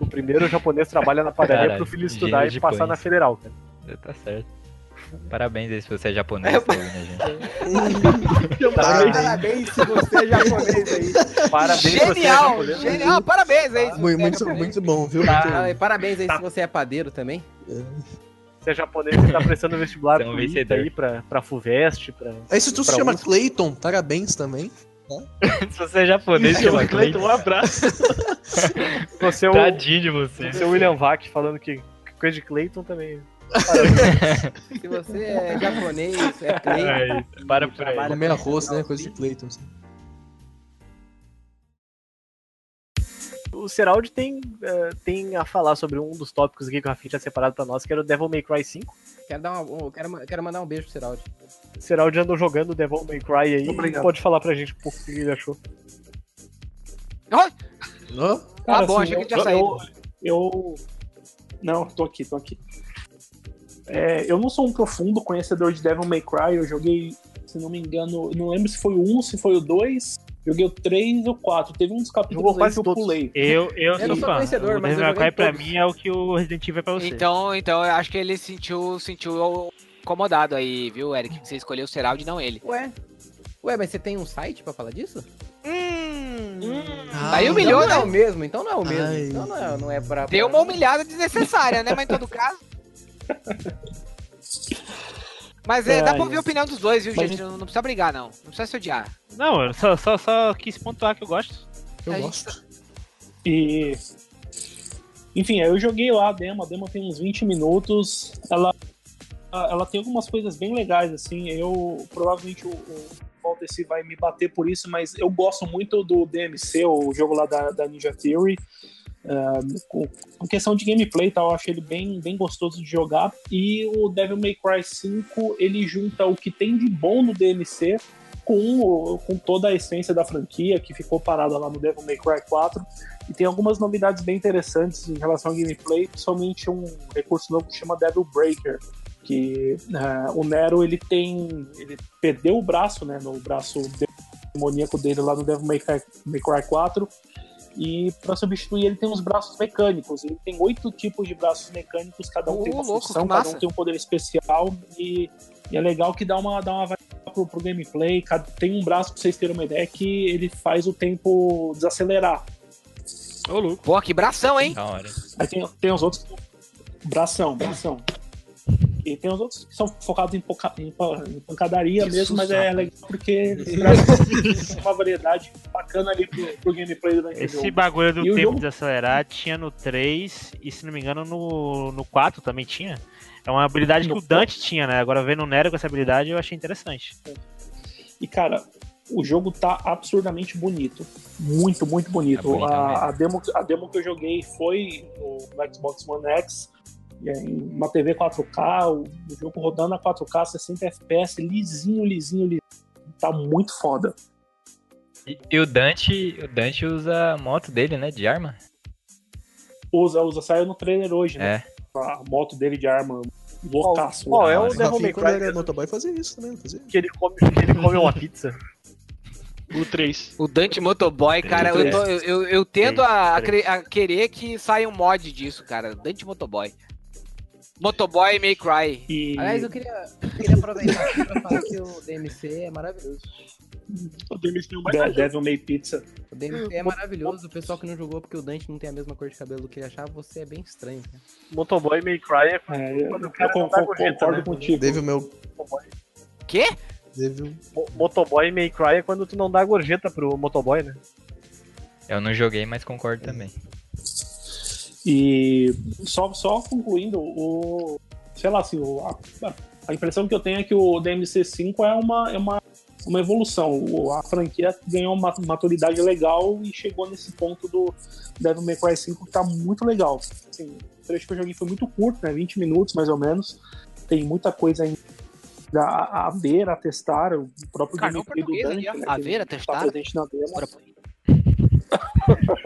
O primeiro o japonês trabalha na padaria
Caralho,
pro filho
gênio
estudar e
de
passar
pães.
na federal, cara.
Tá certo. Parabéns aí se você é japonês, tá ouvindo a gente.
Parabéns se você é japonês aí.
Parabéns, você é
Genial,
japonês.
genial. Parabéns aí.
Muito, muito, muito bom, viu?
Ah, e é Parabéns aí se você é padeiro também.
Você é japonês e tá prestando
Você
vestibular
é um
pro ITA
vencedor.
aí, pra, pra FUVEST, pra...
Aí se tu se
Pra
chama
onde?
Clayton, parabéns também.
se você é japonês, chama
Cleiton, um
Cleiton.
abraço.
um
Você é o,
Tadinho de você.
seu William Vac falando que coisa de Clayton também.
Se você é japonês, é crente,
Ai, Para por aí.
Comer arroz, né? Coisa de Clayton. assim.
O Seraldi tem, eh, tem a falar sobre um dos tópicos aqui que o Rafinha tinha separado pra nós, que era o Devil May Cry 5.
quero, dar uma, quero, ma- quero mandar um beijo pro Seraldi.
O Seraldi andou jogando Devil May Cry aí.
Obrigado.
Pode falar pra gente um pouco o que ele achou.
Ó,
Tá bom, achei que tinha
assim, eu-
saído.
Eu. Não, tô aqui, tô aqui. É, eu não sou um profundo conhecedor de Devil May Cry. Eu joguei, se não me engano, não lembro se foi o 1, se foi o 2. Joguei o 3 ou 4. Teve uns
Jogou
capítulos aí
quase
que eu
todos.
pulei.
Eu, eu,
Eu
sou
não sou
fã.
conhecedor,
o
mas eu
Devil May
joguei
Cry pra
todos.
mim é o que o Resident Evil é pra você.
Então, então, eu acho que ele sentiu, sentiu incomodado aí, viu, Eric? Que você escolheu o Seraldi, não ele.
Ué? Ué, mas você tem um site pra falar disso?
Ah,
Aí
então
humilhou,
não é
né?
o mesmo, então não é o mesmo.
Ai.
Então não é, não é pra...
Deu uma humilhada desnecessária, né? Mas em todo caso. Mas é, dá pra ouvir a opinião dos dois, viu,
Mas-
gente? Não, não precisa brigar, não. Não precisa se odiar.
Não, eu só, só, só quis pontuar que eu gosto.
A
eu
gente
gosto.
E. Enfim, aí eu joguei lá a demo. A demo tem uns 20 minutos. Ela, ela tem algumas coisas bem legais, assim. Eu. Provavelmente o, o Valteci vai me bater por isso, mas eu gosto muito do DMC, o jogo lá da, da Ninja Theory. Ah, com, com questão de gameplay e tal, eu acho ele bem, bem gostoso de jogar. E o Devil May Cry 5, ele junta o que tem de bom no DMC com, o- com toda a essência da franquia que ficou parada lá no Devil May Cry 4. E tem algumas novidades bem interessantes em relação ao gameplay, principalmente um recurso novo que chama Devil Breaker. Que ah, o Nero ele tem. ele perdeu o braço, né? No braço demoníaco dele lá no Devil May Cry, May Cry 4. E para substituir ele tem uns braços mecânicos. Ele tem oito tipos de braços mecânicos, cada um
Ô,
tem uma
louco,
função,
que
cada um
massa.
tem um poder especial. E, e é legal que dá uma, dá uma pro, pro gameplay. cada- Tem um braço, pra vocês terem uma ideia, que ele faz o tempo desacelerar.
Ô, louco.
Pô, que bração, hein?
Da hora.
Aí tem, tem os outros. Bração, bração. E tem os outros que são focados em, poca- em pa- em pancadaria
Que
mesmo, mas
susto,
é
rapaz.
legal porque eles trazem uma variedade bacana ali pro, pro gameplay durante o
Esse
jogo.
bagulho do
E o
tempo
jogo?
desacelerar tinha no 3 e, se não me engano, no, no 4 também tinha. É uma habilidade que
No
o Dante tinha, né? Agora vendo o Nero com essa habilidade eu achei interessante.
E cara, o jogo tá absurdamente bonito. Muito, muito bonito.
Tá bonitão mesmo.
a, a demo, a demo que eu joguei foi no Xbox One X, e aí, uma TV 4K, o, o jogo rodando a 4K, 60 FPS, lisinho, lisinho, lisinho. Tá muito foda.
E, e o Dante, o Dante usa a moto dele, né? De arma.
Usa, usa, saiu no trailer hoje, né?
É.
A moto dele de arma. Loucaço. né?
Qual é o
Rafinha,
Devil May
Rafinha, né? assim, quando
Cry
era motoboy, fazia isso também, não fazia?
que ele come, que ele come uma pizza?
O 3.
O Dante Motoboy, cara, eu, tô- eu, eu- eu tendo a, a cre- a querer que saia um mod disso, cara. Dante Motoboy. Motoboy May Cry.
E...
Aliás, eu queria, queria aproveitar aqui pra falar que o DMC é maravilhoso.
é
Da- Devil May Pizza.
O DMC é maravilhoso. O pessoal que não jogou porque o Dante não tem a mesma cor de cabelo que ele achava, você é bem estranho, cara.
Motoboy May Cry é
É, eu,
Quando o
eu
cara
con-
não tá
con-
gorjeta,
concordo
né?
contigo.
Teve o meu.
Quê?
Teve o.
Mo- Motoboy May Cry é quando tu não dá gorjeta pro motoboy, né?
Eu não joguei, mas concordo também.
E só, só concluindo, o, sei lá, assim, o- a, a impressão que eu tenho é que o DMC5 é uma, é uma, uma evolução. O- a franquia ganhou uma maturidade legal e chegou nesse ponto do Devil May Cry 5 que tá muito legal. Assim, o trecho que eu joguei foi muito curto, né? 20 minutos mais ou menos. Tem muita coisa ainda a, a ver, a testar. O próprio
Carnal português aqui, ó.
né,
A
que
ver, a
tá
testar.
presente na demo.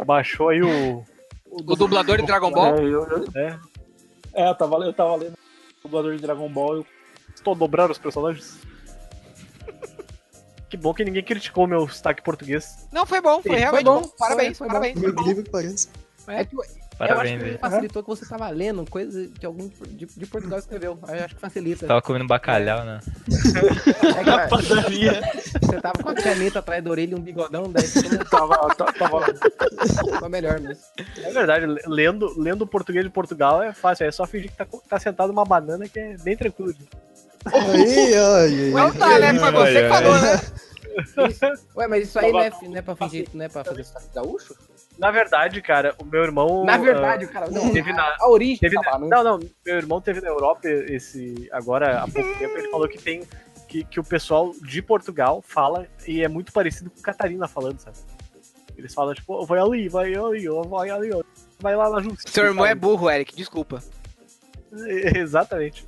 Baixou aí o.
O dublador de Dragon Ball.
É, eu, eu-
É.
é, eu tava, eu tava lendo o dublador de Dragon Ball. Eu,
Estou dobrando os personagens. que bom que ninguém criticou meu sotaque português.
Não, foi bom, foi
Foi
realmente
bom,
bom. Parabéns,
foi, foi
parabéns.
Por incrível que pareça.
É que eu- eu acho
Parabéns,
que
velho.
facilitou que você tava lendo coisa que algum de, de Portugal escreveu. Eu acho que facilita.
Tava comendo bacalhau, né?
É que
Padaria.
você tava com a caneta atrás da orelha e um bigodão, daí ficou
tava, ta- tava,
ficou melhor mesmo.
É verdade, le- lendo, lendo o português de Portugal é fácil, é só fingir que tá, co- tá sentado numa banana que é bem tranquilo.
Aí, aí,
Não tá, né? Foi você que falou, né?
Ué, mas isso aí não é, não é pra fingir, não é pra fazer sotaque gaúcho?
Na verdade, cara, o meu irmão.
Na verdade, o cara. Não,
teve
a-
na-
É, a origem
teve
tá falando.
Não, não, meu irmão teve na Europa esse agora há pouco tempo, ele falou que tem que, que o pessoal de Portugal fala e é muito parecido com Catarina falando, sabe? Eles falam tipo, "Ô, vai ali, vai ali, ó, vai ali, ó, vai lá na justiça.
Seu irmão é
sabe?
burro, Eric, desculpa.
Exatamente.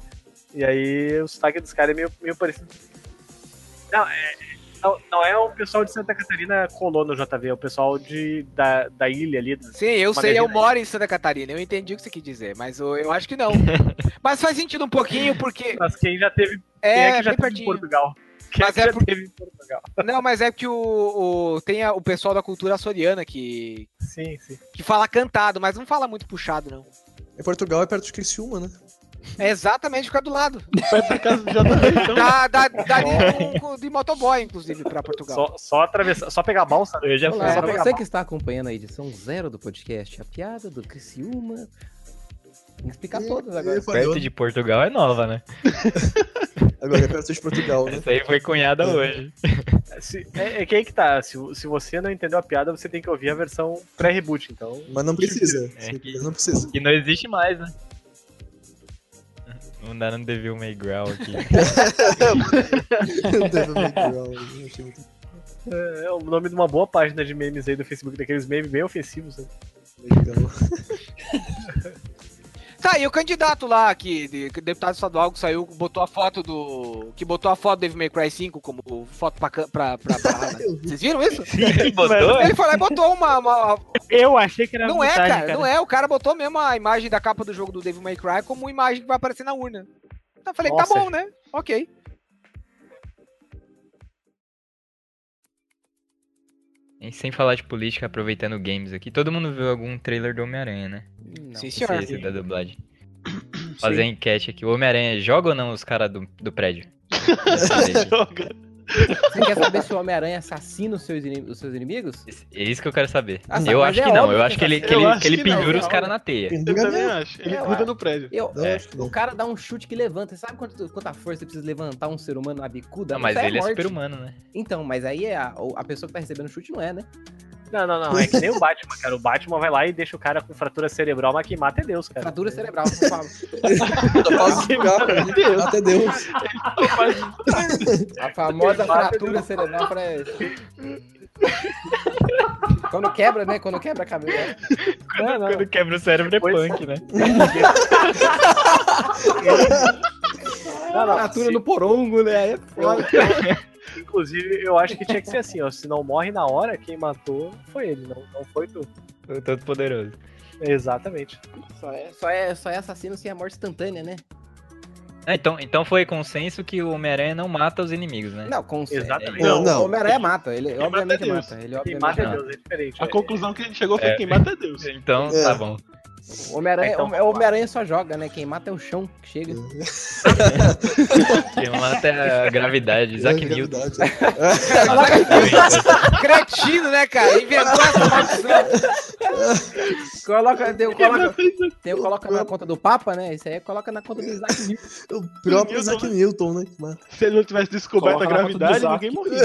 E aí o sotaque dos caras é meio, meio parecido. Não, é, não, não é o pessoal de Santa Catarina colou no JV, é o pessoal de, da, da ilha ali, do-
Sim, eu
Uma
sei, eu
beleza.
moro em Santa Catarina, eu entendi o que você quis dizer, mas eu, eu acho que não. mas faz sentido um pouquinho, porque
mas quem já teve, quem
é,
é que já
bem
teve em
pertinho.
Portugal? Quem
Mas
é que
é
já
por-
teve em Portugal?
Não, mas é que o, o- tem a- o pessoal da cultura açoriana que,
Sim, sim.
que fala cantado, mas não fala muito puxado, não.
Em Portugal é perto de Criciúma, né?
É exatamente ficar do lado.
Vai pra casa do JV, então.
Dá, dá, dá de, com- de motoboy, inclusive, pra Portugal.
Só, só atravessar, só pegar a balsa, né?
Eu já
Olá,
só
pra
fui.
pegar
você
mal.
que está acompanhando a edição zero do podcast, a piada do Criciúma. Tem que explicar todas agora.
Ih, falhou.
Perto de Portugal é nova, né?
Agora é perto de Portugal, né?
Essa aí foi cunhada hoje.
Se- é, é que aí que tá. Se, se você não entendeu a piada, você tem que ouvir a versão pré-reboot, então.
Mas não precisa.
É que-
Não precisa.
E não existe mais, né? Mandaram um Devil May Growl aqui.
Devil May Cry, eu achei muito
É, é o nome de uma boa página de memes aí do Facebook, daqueles memes bem ofensivos. né?
legal.
Tá, e o candidato lá, que, de- que deputado estadual que saiu, botou a foto do. Que botou a foto do Devil May Cry 5 como foto pra. can- pra, pra, pra- Vocês viram isso?
Sim, botou?
Ele foi lá e botou uma. uma-
Eu achei que era
Não é,
vantagem,
cara, não é. O cara botou mesmo a imagem da capa do jogo do Devil May Cry como imagem que vai aparecer na urna. Eu falei,
Nossa,
tá bom, né? Ok.
E sem falar de política, aproveitando games aqui, todo mundo viu algum trailer do Homem-Aranha, né?
Não.
Sim, senhor.
Esse, esse é da dublagem. Fazer a enquete aqui. O Homem-Aranha joga ou não os caras do, do prédio?
Joga.
Você quer saber se o Homem-Aranha assassina os seus, inim- os seus inimigos?
Esse- É isso que eu quero saber.
Ah,
eu
mas
acho
é
que não.
óbvio
Eu
que é
acho que ele,
essa-
que ele,
Eu acho
que ele
que não,
pendura os
não.
caras na teia.
Eu
Pendura
também é
mesmo.
acho. Ele
Eu
gruda
acho.
no prédio.
Eu,
Não,
É.
né? acho que não.
O cara dá um chute que levanta. Sabe quanto, quanta força você precisa levantar um ser humano na bicuda?
Não, mas
Isso
ele é
morte.
super humano, né?
Então, mas aí é a, o- a pessoa que tá recebendo o chute não é, né?
Não, não, não. É que nem o Batman, cara. O Batman vai lá e deixa o cara com fratura cerebral, mas quem mata é Deus, cara.
Fratura cerebral, por favor.
Tá quase chegar, cara. Até um- Deus.
A famosa fratura cerebral pra. Quando quebra, né? Quando quebra a cabeça.
Não, não, não.
Quando quebra o cérebro é
Pois-
punk, né?
Não, não.
Fratura no porongo, né? Aí é foda.
Se- Inclusive, eu acho que tinha que ser assim, ó. Se não morre na hora, quem matou foi ele, não, não foi tu.
O Todo Poderoso.
Exatamente.
Só é, só, é, só é assassino se é morte instantânea, né?
Ah, então, então foi consenso que o Homem-Aranha não mata os inimigos, né?
Não, com
Exatamente.
Não,
Não.
o Homem-Aranha mata. Ele obviamente
Deus.
mata. Ele
Quem
obviamente
mata é
mata.
Deus, é diferente.
A conclusão que a gente chegou foi
É.
quem mata é Deus.
Então
É.
tá bom.
O Homem-Aranha
Então,
o- o Homem-Aranha só joga, né? Quem mata é o chão que chega.
Tem uma até é a gravidade.
É
Isaac Newton.
Newton.
Cretino, né, cara? Inventou essa maldição.
Coloca, tem, o coloca,
fez isso.
tem o coloca na conta do Papa, né? Isso aí coloca na conta do Isaac Newton.
O próprio Isaac Newton, né? Mas
Se ele não tivesse descoberto
Coloca
a
na conta do
gravidade,
Isaac.
ninguém morria.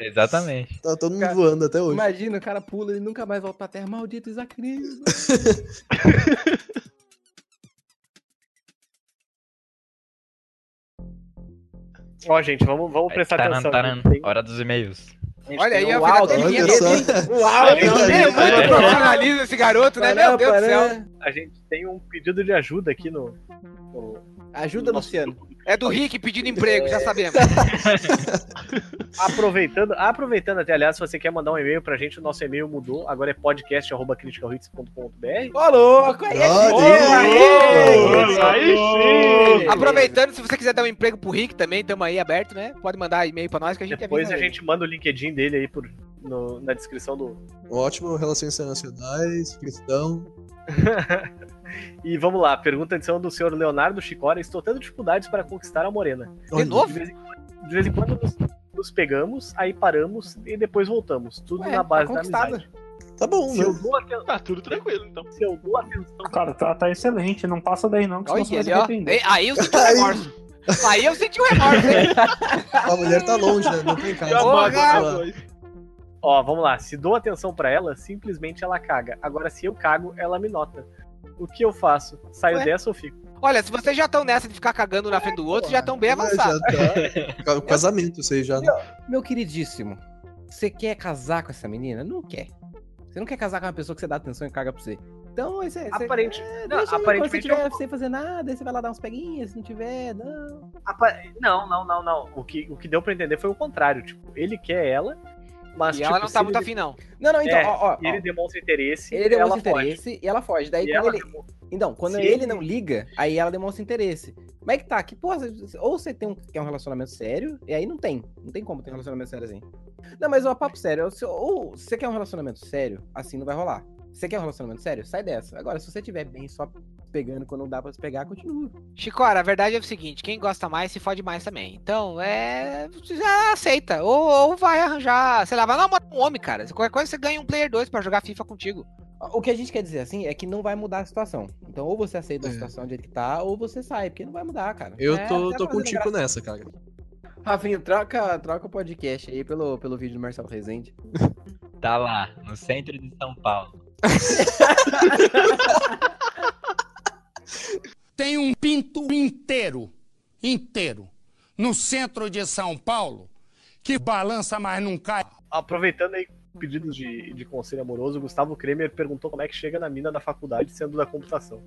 É, exatamente.
Tá todo mundo
Cara,
voando até hoje.
Imagina, o cara pula e nunca mais volta pra terra. Maldito Isaac Newton.
Ó, gente, vamos, vamos prestar
Taran,
atenção.
taran,
Tem-
hora dos e-mails.
a gente
Olha
tem
aí,
o
a
Aldo.
vida dele.
Olha
Ele-
só.
Ah,
Uau, ele
Olha
é
aí,
muito
né?
cara.
profissionalismo esse garoto, né? Meu Deus do céu.
A gente tem um pedido de ajuda aqui no. no-
Ajuda, Luciano.
É do Rick pedindo emprego, já sabemos.
Aproveitando, aproveitando até, aliás, se você quer mandar um e-mail pra gente, o nosso e-mail mudou. Agora é podcast.criticalhits.com.br.
Ô, louco! Aí é
Olha
difícil.
aí.
Aí sim!
Aproveitando, se você quiser dar um emprego pro Rick também, tamo aí aberto, né? Pode mandar e-mail pra nós que a gente
Depois
avisa
a
ele.
gente manda o LinkedIn dele aí por, no- na descrição do,
Um ótimo relações internacionais, cristão.
E vamos lá, pergunta edição do senhor Leonardo Chicora. Estou tendo dificuldades para conquistar a Morena.
De novo?
De vez em quando, de vez em quando nos, nos pegamos, aí paramos e depois voltamos. Tudo
Ué,
na base
tá
da
conquistada.
amizade.
Tá bom,
Se eu,
né?
dou aten-
Tá tudo tranquilo, então.
se eu dou atenção,
Cara, tá, tá excelente. Não passa daí, não, que senão
Olha
você vai se
ele, ó.
arrepender.
Ei, Aí eu senti um remorso. Aí eu senti um remorso, hein?
A mulher tá longe, né? Não tem casa.
Porra!
ó, vamos lá. Se dou atenção para ela, simplesmente ela caga. Agora, se eu cago, ela me nota. O que eu faço? Saio
Ué?
dessa ou fico?
Olha, se vocês já estão nessa de ficar cagando na frente do outro, já estão bem avançados.
Já tá. Ca- Casamento, isso aí já. né?
Meu queridíssimo, você quer casar com essa menina? Não quer. Você não quer casar com uma pessoa que você dá atenção e caga pra você. Então, aí você. você-
Aparente-
É, deixa
não,
ela, quando você
aparentemente
tiver
eu-
sem fazer nada, aí você vai lá dar uns peguinhas, se não tiver, não.
Apa- Não, não, não, não. O que, o que deu para entender foi o contrário. Tipo, ele quer ela, mas
E
tipo,
ela não
se
tá
ele-
muito afim, não.
Não, não, então,
É,
ó, ó, ó.
Ele demonstra interesse,
Ele demonstra
ela foge.
interesse e ela foge. Daí
E
quando
ela
ele. Então, quando
Se
ele,
ele-
não liga, aí ela demonstra interesse. Como é que tá? Que porra, você- ou você tem um, quer um relacionamento sério, e aí não tem. Não tem como ter um relacionamento sério assim. Não, mas ó, papo sério, se- ou você quer um relacionamento sério, assim não vai rolar. Você quer um relacionamento sério? Sai dessa. Agora, se você tiver bem só pegando quando não dá pra se pegar, continua.
Chicora, a verdade é o seguinte: quem gosta mais se fode mais também. Então, é. Já aceita. Ou, ou vai arranjar, sei lá, vai namorar um homem, cara. Qualquer coisa você ganha um Player 2 pra jogar FIFA contigo.
O que a gente quer dizer assim é que não vai mudar a situação. Então, ou você aceita a
É.
situação do jeito que tá, ou você sai, porque não vai mudar, cara.
Eu
É,
tô,
tá
tô
fazendo
contigo nessa, cara.
Rafinho, troca, troca o podcast aí pelo, pelo vídeo do Marcelo Rezende.
Tá lá, no centro de São Paulo.
tem um pinto inteiro, inteiro, no centro de São Paulo, que balança, mas não cai.
Aproveitando aí pedidos de, de conselho amoroso, o Gustavo Kremer perguntou como é que chega na mina da faculdade sendo da computação.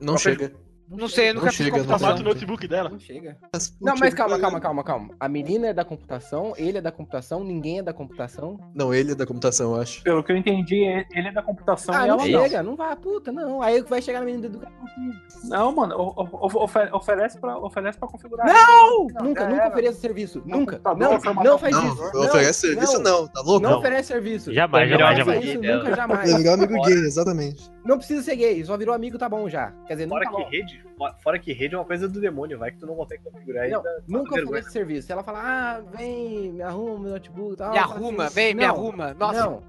Não
Só
chega.
Não sei, eu
Não
nunca fiz
chega, não
computação.
Mata o notebook dela.
Não chega. Não, mas calma, calma, calma, calma. A menina é da computação, ele é da computação, ninguém é da computação.
Não, ele é da computação, eu acho.
Pelo que eu entendi, ele é da computação
ah,
e
não
ela não.
chega, não. vai, puta, não. Aí é vai chegar na menina do educação física.
Não, mano, o- o- o- ofe- oferece, pra, oferece pra configurar.
Não! nunca,
já
nunca
era.
ofereça serviço. Nunca.
computador,
Não, tá
formatar
não
um
faz
Não,
isso.
não oferece serviço, não. Tá louco?
Não,
Não.
oferece serviço.
Jamais,
Não
jamais,
faz
jamais.
isso
jamais.
nunca,
Ele
jamais.
virou amigo gay, exatamente.
Não precisa ser gay, só virou amigo, tá bom já. Quer dizer,
Fora
nunca,
que rede, fo- fora que rede é uma coisa do demônio, vai que tu não consegue configurar
Não,
ainda. tá
nunca
vergonha.
oferece é serviço. Se ela falar, ah, vem, me arruma meu notebook e tal.
Me arruma, vem, me
Não,
arruma. Nossa,
Não.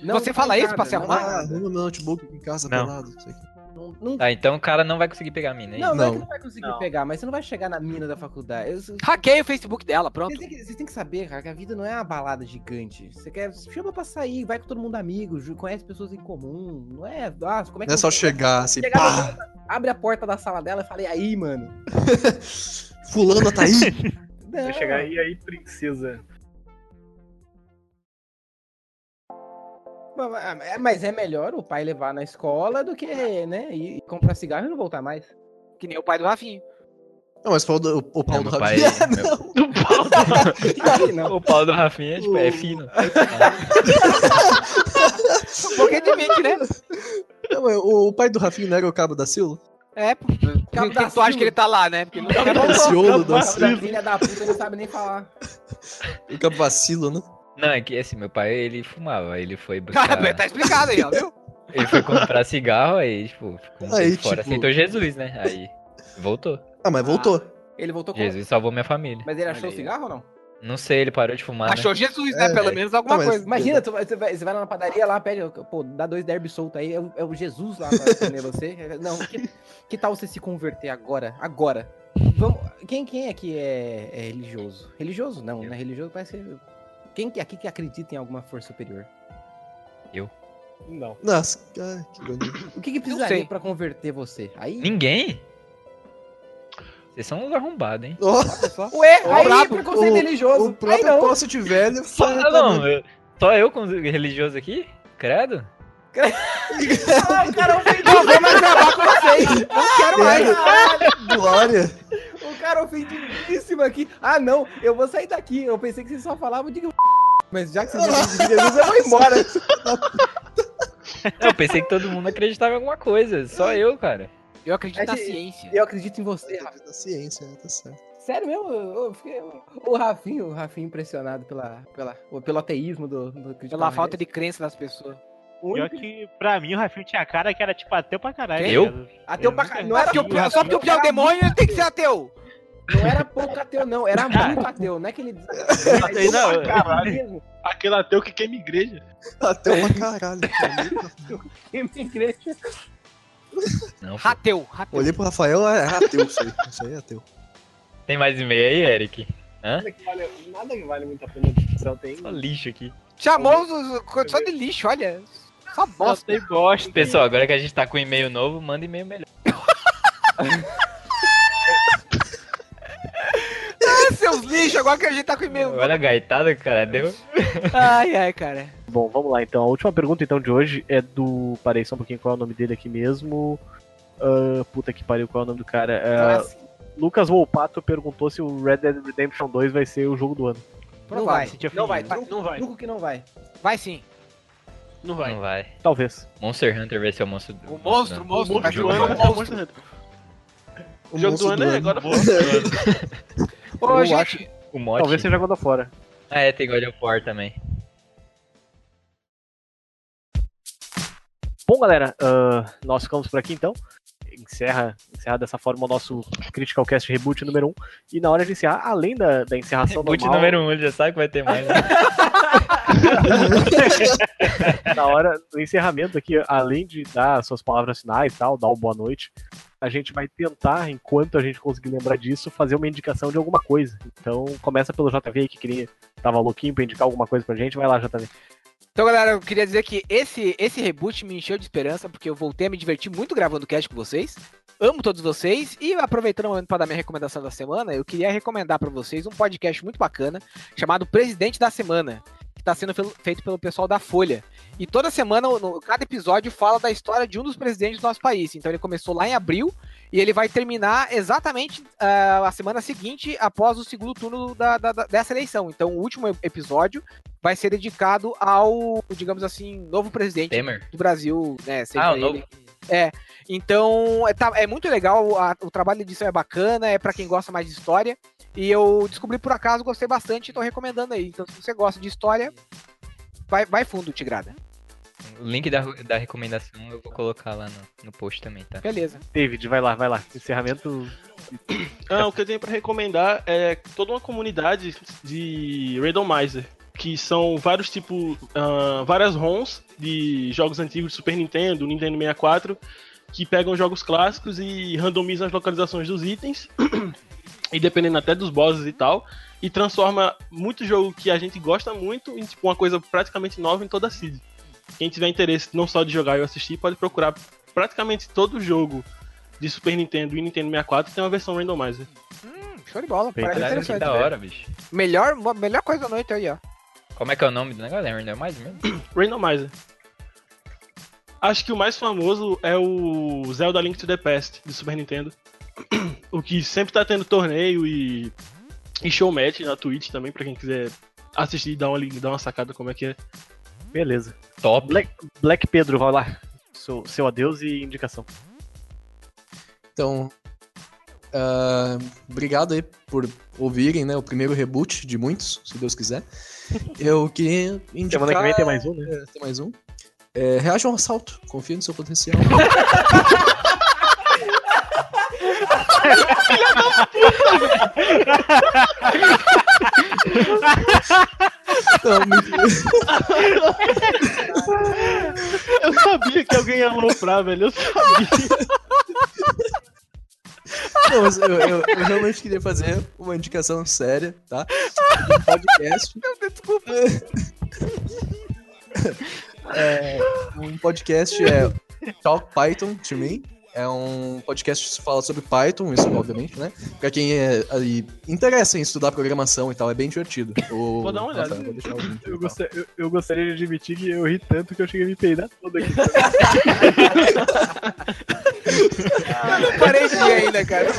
Não
Você
faz
fala isso pra se
não
arrumar?
faz
Ah,
nada.
arruma meu notebook aqui em casa,
Não.
pelado. isso aqui.
Não- não
Tá, então o cara não vai conseguir pegar a mina, hein?
Não, não é que
Não.
não vai conseguir
Não.
pegar, mas você não vai chegar na mina da faculdade. Eu- Vocês
Hackeia o Facebook dela, pronto.
têm, que, vocês têm que saber, cara, que a vida não é uma balada gigante. Você quer. Chama pra sair, vai com todo mundo amigo, ju- conhece pessoas em comum. Não é. Ah, como é que
Não é só
você-
chegar assim,
Chegar
pá!
Abre a porta da sala dela e fala, e aí, mano?
Fulano tá aí!
Não,
Vai chegar e aí, princesa.
mas- é- Mas é melhor o pai levar na escola do que, né? E comprar cigarro e não voltar mais.
Que nem o pai do Rafinho.
Não, mas o pau do, o pau
Não, É,
do
meu pai-
Rafinha.
meu-
não.
Do pau da-
Aí não.
O pau do Rafinha tipo, é fino.
Porque de mente, né?
Não, mas o, o pai do Rafinha não era o cabo da Silo?
É, por por que tu acha que ele tá lá, né? Porque não
Ciolo da Silo.
Da filha da puta não sabe nem falar.
O cabo vacilo, né?
Não, é que assim, meu pai, ele fumava, aí ele foi buscar...
Cara, tá explicado aí, ó, viu?
Ele foi comprar cigarro, aí, tipo, ficou um
Aí,
tempo fora.
tipo-
Aceitou Jesus, né? Aí, voltou.
Ah, mas voltou.
Ele voltou com.
Jesus salvou minha família.
Mas ele
Olha
achou o
aí, ó.
cigarro ou não?
Não sei, ele parou de fumar. né?
Achou Jesus, né?
É,
Pelo menos alguma
Não, mas-
coisa.
Imagina, tu vai- você vai, você vai lá na padaria lá, pede, pô, dá dois derby solto aí, é o, é o Jesus lá pra comer você. Não, que, que tal você se converter agora? Agora. Vamos, quem, quem aqui é, é religioso? Religioso? Não, né? Religioso parece. ser- Quem que- aqui que acredita em alguma força superior?
Não.
Nossa, cara, que bonito.
O que, que
sei.
precisaria pra converter você? Aí.
Ninguém? Vocês são uns arrombados, hein?
Ó,
Ué, aí
brabo,
preconceito
o-
Um religioso.
o
aí
próprio
não.
Posse Velho foi.
Ah, não, eu- só eu como religioso aqui? Credo?
Ah, o cara ofendido.
Não, vamos acabar com vocês. Não quero mais.
Glória!
O cara ofendidíssimo aqui. Ah, não, eu vou sair daqui. Eu pensei que vocês só falavam de. Mas já que vocês dizem de Jesus, eu vou embora.
Eu pensei que todo mundo acreditava em alguma coisa, só eu, cara.
Eu acredito na
Esse-
ciência.
Eu acredito em você, é Rafa.
Da ciência, né? Tá certo.
Sério mesmo? Eu, eu fiquei, o Rafinho, o Rafinho impressionado pela, pela, pelo ateísmo do, do cristão.
Pela falta de crença das pessoas.
O
Pior
único-
que, pra mim, o Rafinho tinha cara que era tipo ateu pra caralho.
Eu?
tá ligado?
Ateu pra
Eu
caralho.
nunca-
Não era
Porque o
pouco
Pio- só porque o Pio é o demônio, ele tem que ser ateu.
Não era pouco ateu, não. Era
Cara.
muito ateu. Não é que ele.
Ateu não, né? eu-
Caralho.
Aquele ateu que queima igreja.
Até uma caralho. cara.
Não, pô.
Rateu, rateu.
Olhei pro Rafael, é ateu isso aí. Isso aí é ateu.
tem mais e-mail aí, Eric?
Nada que vale, nada que vale muito a pena a discussão tem.
Só lixo aqui.
Chamou os- os- só de lixo, olha. Só
Nossa,
bosta.
tem bosta.
Pessoal, agora que a gente tá com e-mail novo, manda e-mail melhor.
Seus lixos, agora que a gente tá com e-mail.
Olha a gaitada que o cara deu.
Ai, ai, cara.
Bom, vamos lá então. A última pergunta então de hoje é do. Parei só um pouquinho qual é o nome dele aqui mesmo. Ah, puta que pariu, qual é o nome do cara?
Então,
Ah,
assim,
Lucas Volpato perguntou se o Red Dead Redemption 2 vai ser o jogo do ano.
Não vai.
Provavelmente, eu
Não vai.
fingi, né?
Truco,
Não vai,
truco que não vai.
Vai sim.
não vai.
Não vai.
Talvez.
Monster Hunter vai ser o monstro né? do.
O monstro, o
do-
monstro.
O
Vai
monstro né? do
jogar
é
ano
o
vai ser o
monstro.
Monster Hunter.
O
jogo
monstro
do ano é agora. pô.
Ô,
Eu
gente,
acho-
O mod.
Talvez seja God of War.
Ah, é, tem God of War também.
Bom, galera, ah, nós ficamos por aqui então. Encerra, encerra dessa forma o nosso Critical Cast Reboot número 1. E na hora de encerrar, além da, da encerração
Boot
normal,
número 1, um, ele já sabe que vai ter mais. né?
na hora do encerramento aqui, além de dar suas palavras finais e tal, dar uma boa noite, a gente vai tentar, enquanto a gente conseguir lembrar disso, fazer uma indicação de alguma coisa. Então, começa pelo JV aí, que queria, tava louquinho pra indicar alguma coisa pra gente. Vai lá, JV.
Então, galera, eu queria dizer que esse, esse reboot me encheu de esperança, porque eu voltei a me divertir muito gravando o cast com vocês. Amo todos vocês e aproveitando o momento para dar minha recomendação da semana, eu queria recomendar para vocês um podcast muito bacana chamado Presidente da Semana, que está sendo fel- feito pelo pessoal da Folha. E toda semana, no- cada episódio fala da história de um dos presidentes do nosso país. Então ele começou lá em abril e ele vai terminar exatamente ah, a semana seguinte após o segundo turno da- da- da- dessa eleição. Então o último episódio vai ser dedicado ao, digamos assim, novo presidente
Temer.
do Brasil, né? seja
Ah, o
ele-
novo.
É. Então, é, tá- é muito legal, a- o trabalho de edição é bacana, é pra quem gosta mais de história. E eu descobri por acaso, gostei bastante e tô recomendando aí. Então, se você gosta de história, vai, vai fundo, Tigrada.
O link da, da recomendação eu vou colocar lá no, no post também, tá?
Beleza.
David, vai lá, vai lá. Encerramento.
Ah, o que eu tenho pra recomendar é toda uma comunidade de randomizer, que são vários tipos, várias ROMs de jogos antigos de Super Nintendo, Nintendo 64, que pegam jogos clássicos e randomizam as localizações dos itens, e dependendo até dos bosses e tal, e transforma muito jogo que a gente gosta muito em tipo, uma coisa praticamente nova em toda a seed. Quem tiver interesse não só de jogar e assistir, pode procurar praticamente todo jogo de Super Nintendo e Nintendo 64 tem uma versão randomizer.
Hum, show de bola.
Bem
Parece
Caralho, que
interessante. né?
da hora, bicho.
Melhor, melhor coisa da noite aí, ó.
Como é que é o nome do negócio? É mais mesmo?
Randomizer. Acho que o mais famoso é o Zelda Link to the Past de Super Nintendo. O que sempre tá tendo torneio e, e show match na Twitch também, pra quem quiser assistir e dar uma, li- dar uma sacada como é que é.
Beleza.
Top.
Black, Black Pedro, vai lá. Seu, seu adeus e indicação.
Então, ah, obrigado aí por ouvirem, né? O primeiro reboot de muitos, se Deus quiser. Eu queria indicar...
Semana que vem tem mais um, né?
É, tem mais um. É, reaja a um assalto, confia no seu potencial. Então,
comprar, velho. Eu sabia.
Não, mas eu, eu- eu realmente queria fazer uma indicação séria, tá? Um podcast. Desculpa. um podcast é Talk Python to Me. É um podcast que fala sobre Python, isso obviamente, né? Pra quem é, aí, interessa em estudar programação e tal, é bem divertido. Eu-
Vou dar uma olhada.
eu vou deixar o link tá? e
Eu
tal.
gostaria, eu- eu gostaria de admitir que eu ri tanto que eu cheguei a me peidar todo aqui.
Eu não parei de ir ainda, cara.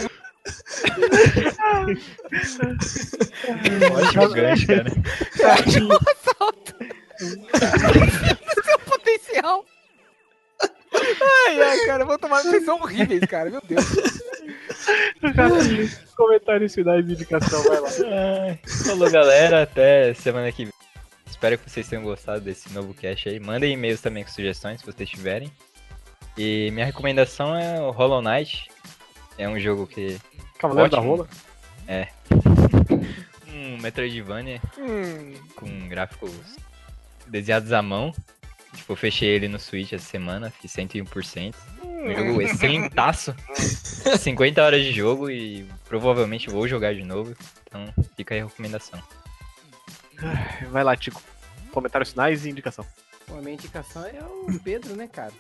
Ótimo gancho, cara.
Potencial. Ai, ai, cara, eu vou tomar. Vocês são horríveis, cara, meu Deus.
Comentários finais de indicação, vai lá.
Falou, galera. Até semana que vem. Espero que vocês tenham gostado desse novo cast aí. Mandem e-mails também com sugestões, se vocês tiverem. E minha recomendação é o Hollow Knight. É um jogo que
Cavaleiro da
Ótimo.
Rola.
um Metroidvania
Hum,
com gráficos desenhados à mão. Tipo, eu fechei ele no Switch essa semana, fiz 101%. Um
Hum.
jogo excelentaço. 50 horas de jogo e provavelmente vou jogar de novo. Então fica aí a recomendação.
Vai lá, Tico. Comentários finais e indicação.
Pô, a minha indicação é o Pedro, né, cara?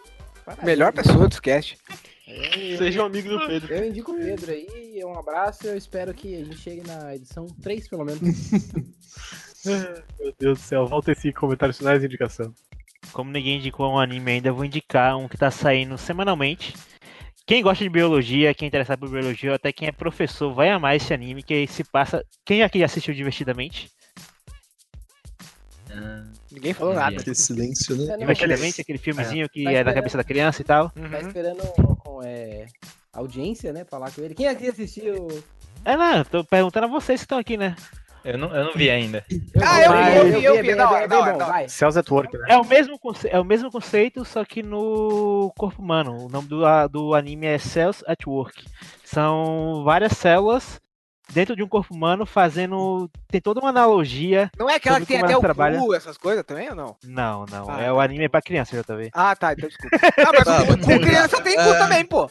Parabéns.
melhor pessoa do cast.
Seja um amigo do Pedro.
Eu indico o Pedro aí, um abraço. Eu espero que a gente chegue na edição 3, pelo menos.
Meu Deus do céu, volta esse comentários finais e indicação.
Como ninguém indicou um anime ainda, eu vou indicar um que tá saindo semanalmente. Quem gosta de biologia, quem é interessado por biologia, ou até quem é professor, vai amar esse anime que se passa. Quem aqui assistiu divertidamente?
Ninguém falou
Entendi.
nada.
Que silêncio, né?
É, não,
Divertidamente, aquele filmezinho que
Tá
é da
esperando.
cabeça da criança e tal.
Tá
Uhum.
esperando com, com, é, audiência, né? Falar com ele. Quem aqui assistiu?
É, não, tô perguntando a vocês que estão aqui, né?
Eu não, eu não vi ainda.
Ah, eu
Vai,
vi, eu vi, eu
é
vi.
bem-
Da
é
hora,
bem
da hora,
bom,
da hora.
vai.
Cells at Work, né?
É o mesmo, conce- é o mesmo conceito, só que no corpo humano. O nome do, a- do anime é Cells at Work. São várias células dentro de um corpo humano fazendo. Tem toda uma analogia.
Não é aquela que
Sobre
tem
como
até
ela
o
trabalha.
cu, essas coisas também ou não?
Não, não.
Ah,
é o anime pra criança, já tá vendo?
Ah, tá, então desculpa. Ah, mas
Ah,
o cu-
mas-
cu criança tem cu
Ah.
também, pô.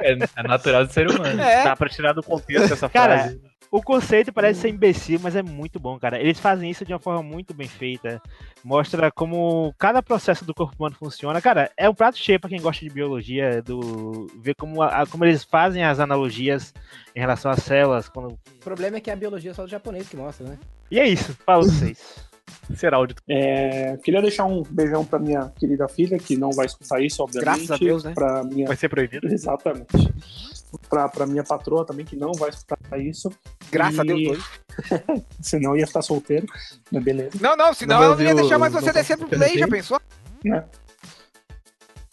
É, é natural do ser humano.
É.
Dá né? pra tirar do contexto essa
Cara,
frase.
O conceito parece ser imbecil, mas é muito bom, cara. Eles fazem isso de uma forma muito bem feita. Mostra como cada processo do corpo humano funciona. Cara, é um prato cheio pra quem gosta de biologia, do ver como, a- como eles fazem as analogias em relação às células. quando-
O problema é que a biologia é só do japonês que mostra, né?
E é isso. Falo pra vocês.
Ser áudio.
É, queria deixar um beijão pra minha querida filha, que não vai escutar isso, obviamente.
Graças a Deus, né?
Pra minha
Vai ser proibido.
Exatamente. Pra, pra minha patroa também, que não vai escutar isso,
Graças a Deus.
E-
dois.
senão ia ficar solteiro. Mas beleza.
Não, não, senão
Não vai
eu não ia
ouvir o-
deixar mais você
não-
descer pro play, já
Perfeito.
pensou?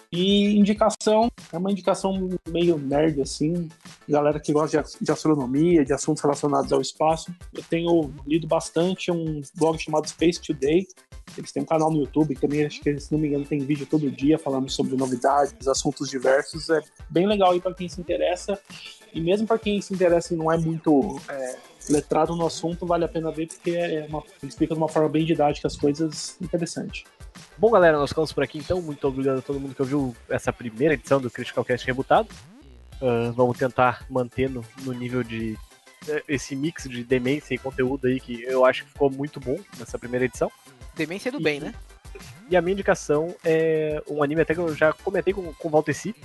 E indicação, é uma indicação meio nerd, assim. Galera que gosta de, de astronomia, de assuntos relacionados ao espaço. Eu tenho lido bastante um blog chamado Space Today. Eles têm um canal no YouTube que também, acho que, se não me engano, tem vídeo todo dia falando sobre novidades, assuntos diversos. É bem legal aí para quem se interessa. E mesmo para quem se interessa e não é muito é, letrado no assunto, vale a pena ver porque é uma, ele explica de uma forma bem didática as coisas. Interessante.
Bom, galera, nós ficamos por aqui então. Muito obrigado a todo mundo que ouviu essa primeira edição do Critical Cast Rebutado. Ah, vamos tentar manter no, no nível de. eh, esse mix de demência e conteúdo aí que eu acho que ficou muito bom nessa primeira edição.
Demência do bem, né?
E a minha indicação é um anime até que eu já comentei com, com o Valteci,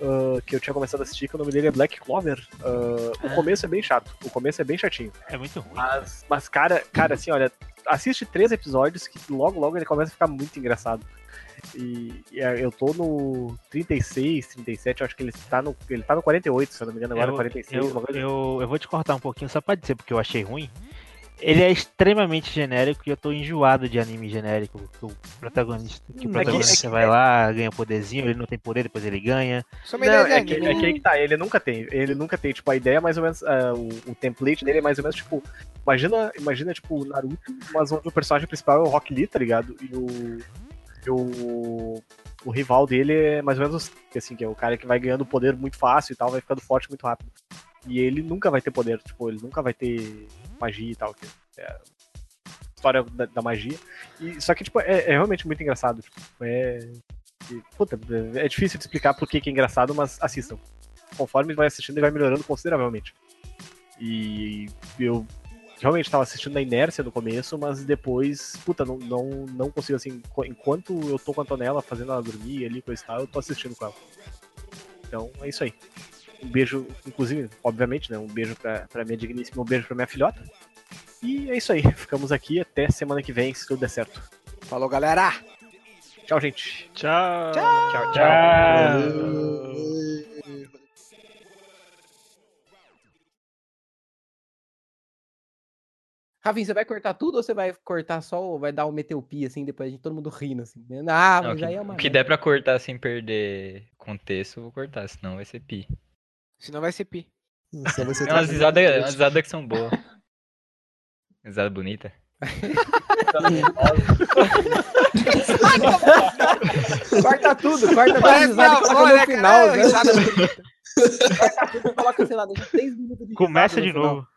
ah, que eu tinha começado a assistir, que o nome dele é Black Clover. Ah, O começo é bem chato, o começo é bem chatinho.
É muito ruim.
Mas, mas cara, cara, assim, olha, assiste três episódios que logo, logo ele começa a ficar muito engraçado. E, e, é, eu tô no 36, 37, eu acho que ele tá no, ele tá no 48, se eu não me engano, agora
Eu-
46,
eu,
uma coisa.
eu, eu vou te cortar um pouquinho só pra dizer porque eu achei ruim. Ele é extremamente genérico e eu tô enjoado de anime genérico. que O protagonista, que o
Hum, é que-
protagonista
é que-
vai lá, ganha poderzinho, ele não tem poder, depois ele ganha.
Sou meio
Não,
ideia
é
de
que,
anime,
é que
né?
aí que tá, ele nunca tem. Ele nunca tem, tipo, a ideia é mais ou menos. ah, o, o template dele é mais ou menos, tipo. Imagina, imagina tipo, o Naruto, mas onde o personagem principal é o Rock Lee, tá ligado? E o. E o. O rival dele é mais ou menos o Sasuke, assim, que é o cara que vai ganhando poder muito fácil e tal, vai ficando forte muito rápido. E ele nunca vai ter poder, tipo, ele nunca vai ter magia e tal. Que é a história da, da magia. E, só que, tipo, é, é realmente muito engraçado. Tipo, é, que. Puta, é difícil de explicar por que que é engraçado, mas assistam. Conforme vai assistindo, ele vai melhorando consideravelmente. E eu realmente tava assistindo na inércia no começo, mas depois, puta, não, não, não consigo assim. enqu- Enquanto eu tô com a Antonella fazendo ela dormir ali, coisa e tal, eu tô assistindo com ela. Então é isso aí. Um beijo, inclusive, obviamente, né? Um beijo pra, pra minha digníssima, um beijo pra minha filhota. E é isso aí. Ficamos aqui até semana que vem, se tudo der certo.
Falou, galera!
Tchau, gente.
Tchau.
Tchau, tchau.
Tchau.
Rafinha, você vai cortar tudo ou você vai cortar só, ou vai dar o meteopia, assim, depois a gente todo mundo rindo, assim? né? Ah,
Não,
mas
o que,
aí é uma.
o que
merda.
der pra cortar sem perder contexto, eu vou cortar, senão vai ser pi.
Senão vai ser pi.
Só vai ser
É umas
tá
tão-
risadas umas risadas que são boas. Risada bonita.
Corta tudo, corta tudo.
Parece minha
risada e
avó,
coloca
né,
no final,
cara?
né?
Risada
Corta tudo, coloca, sei lá, deixa 3 minutos de risada
é
Começa
no
de
final.
novo.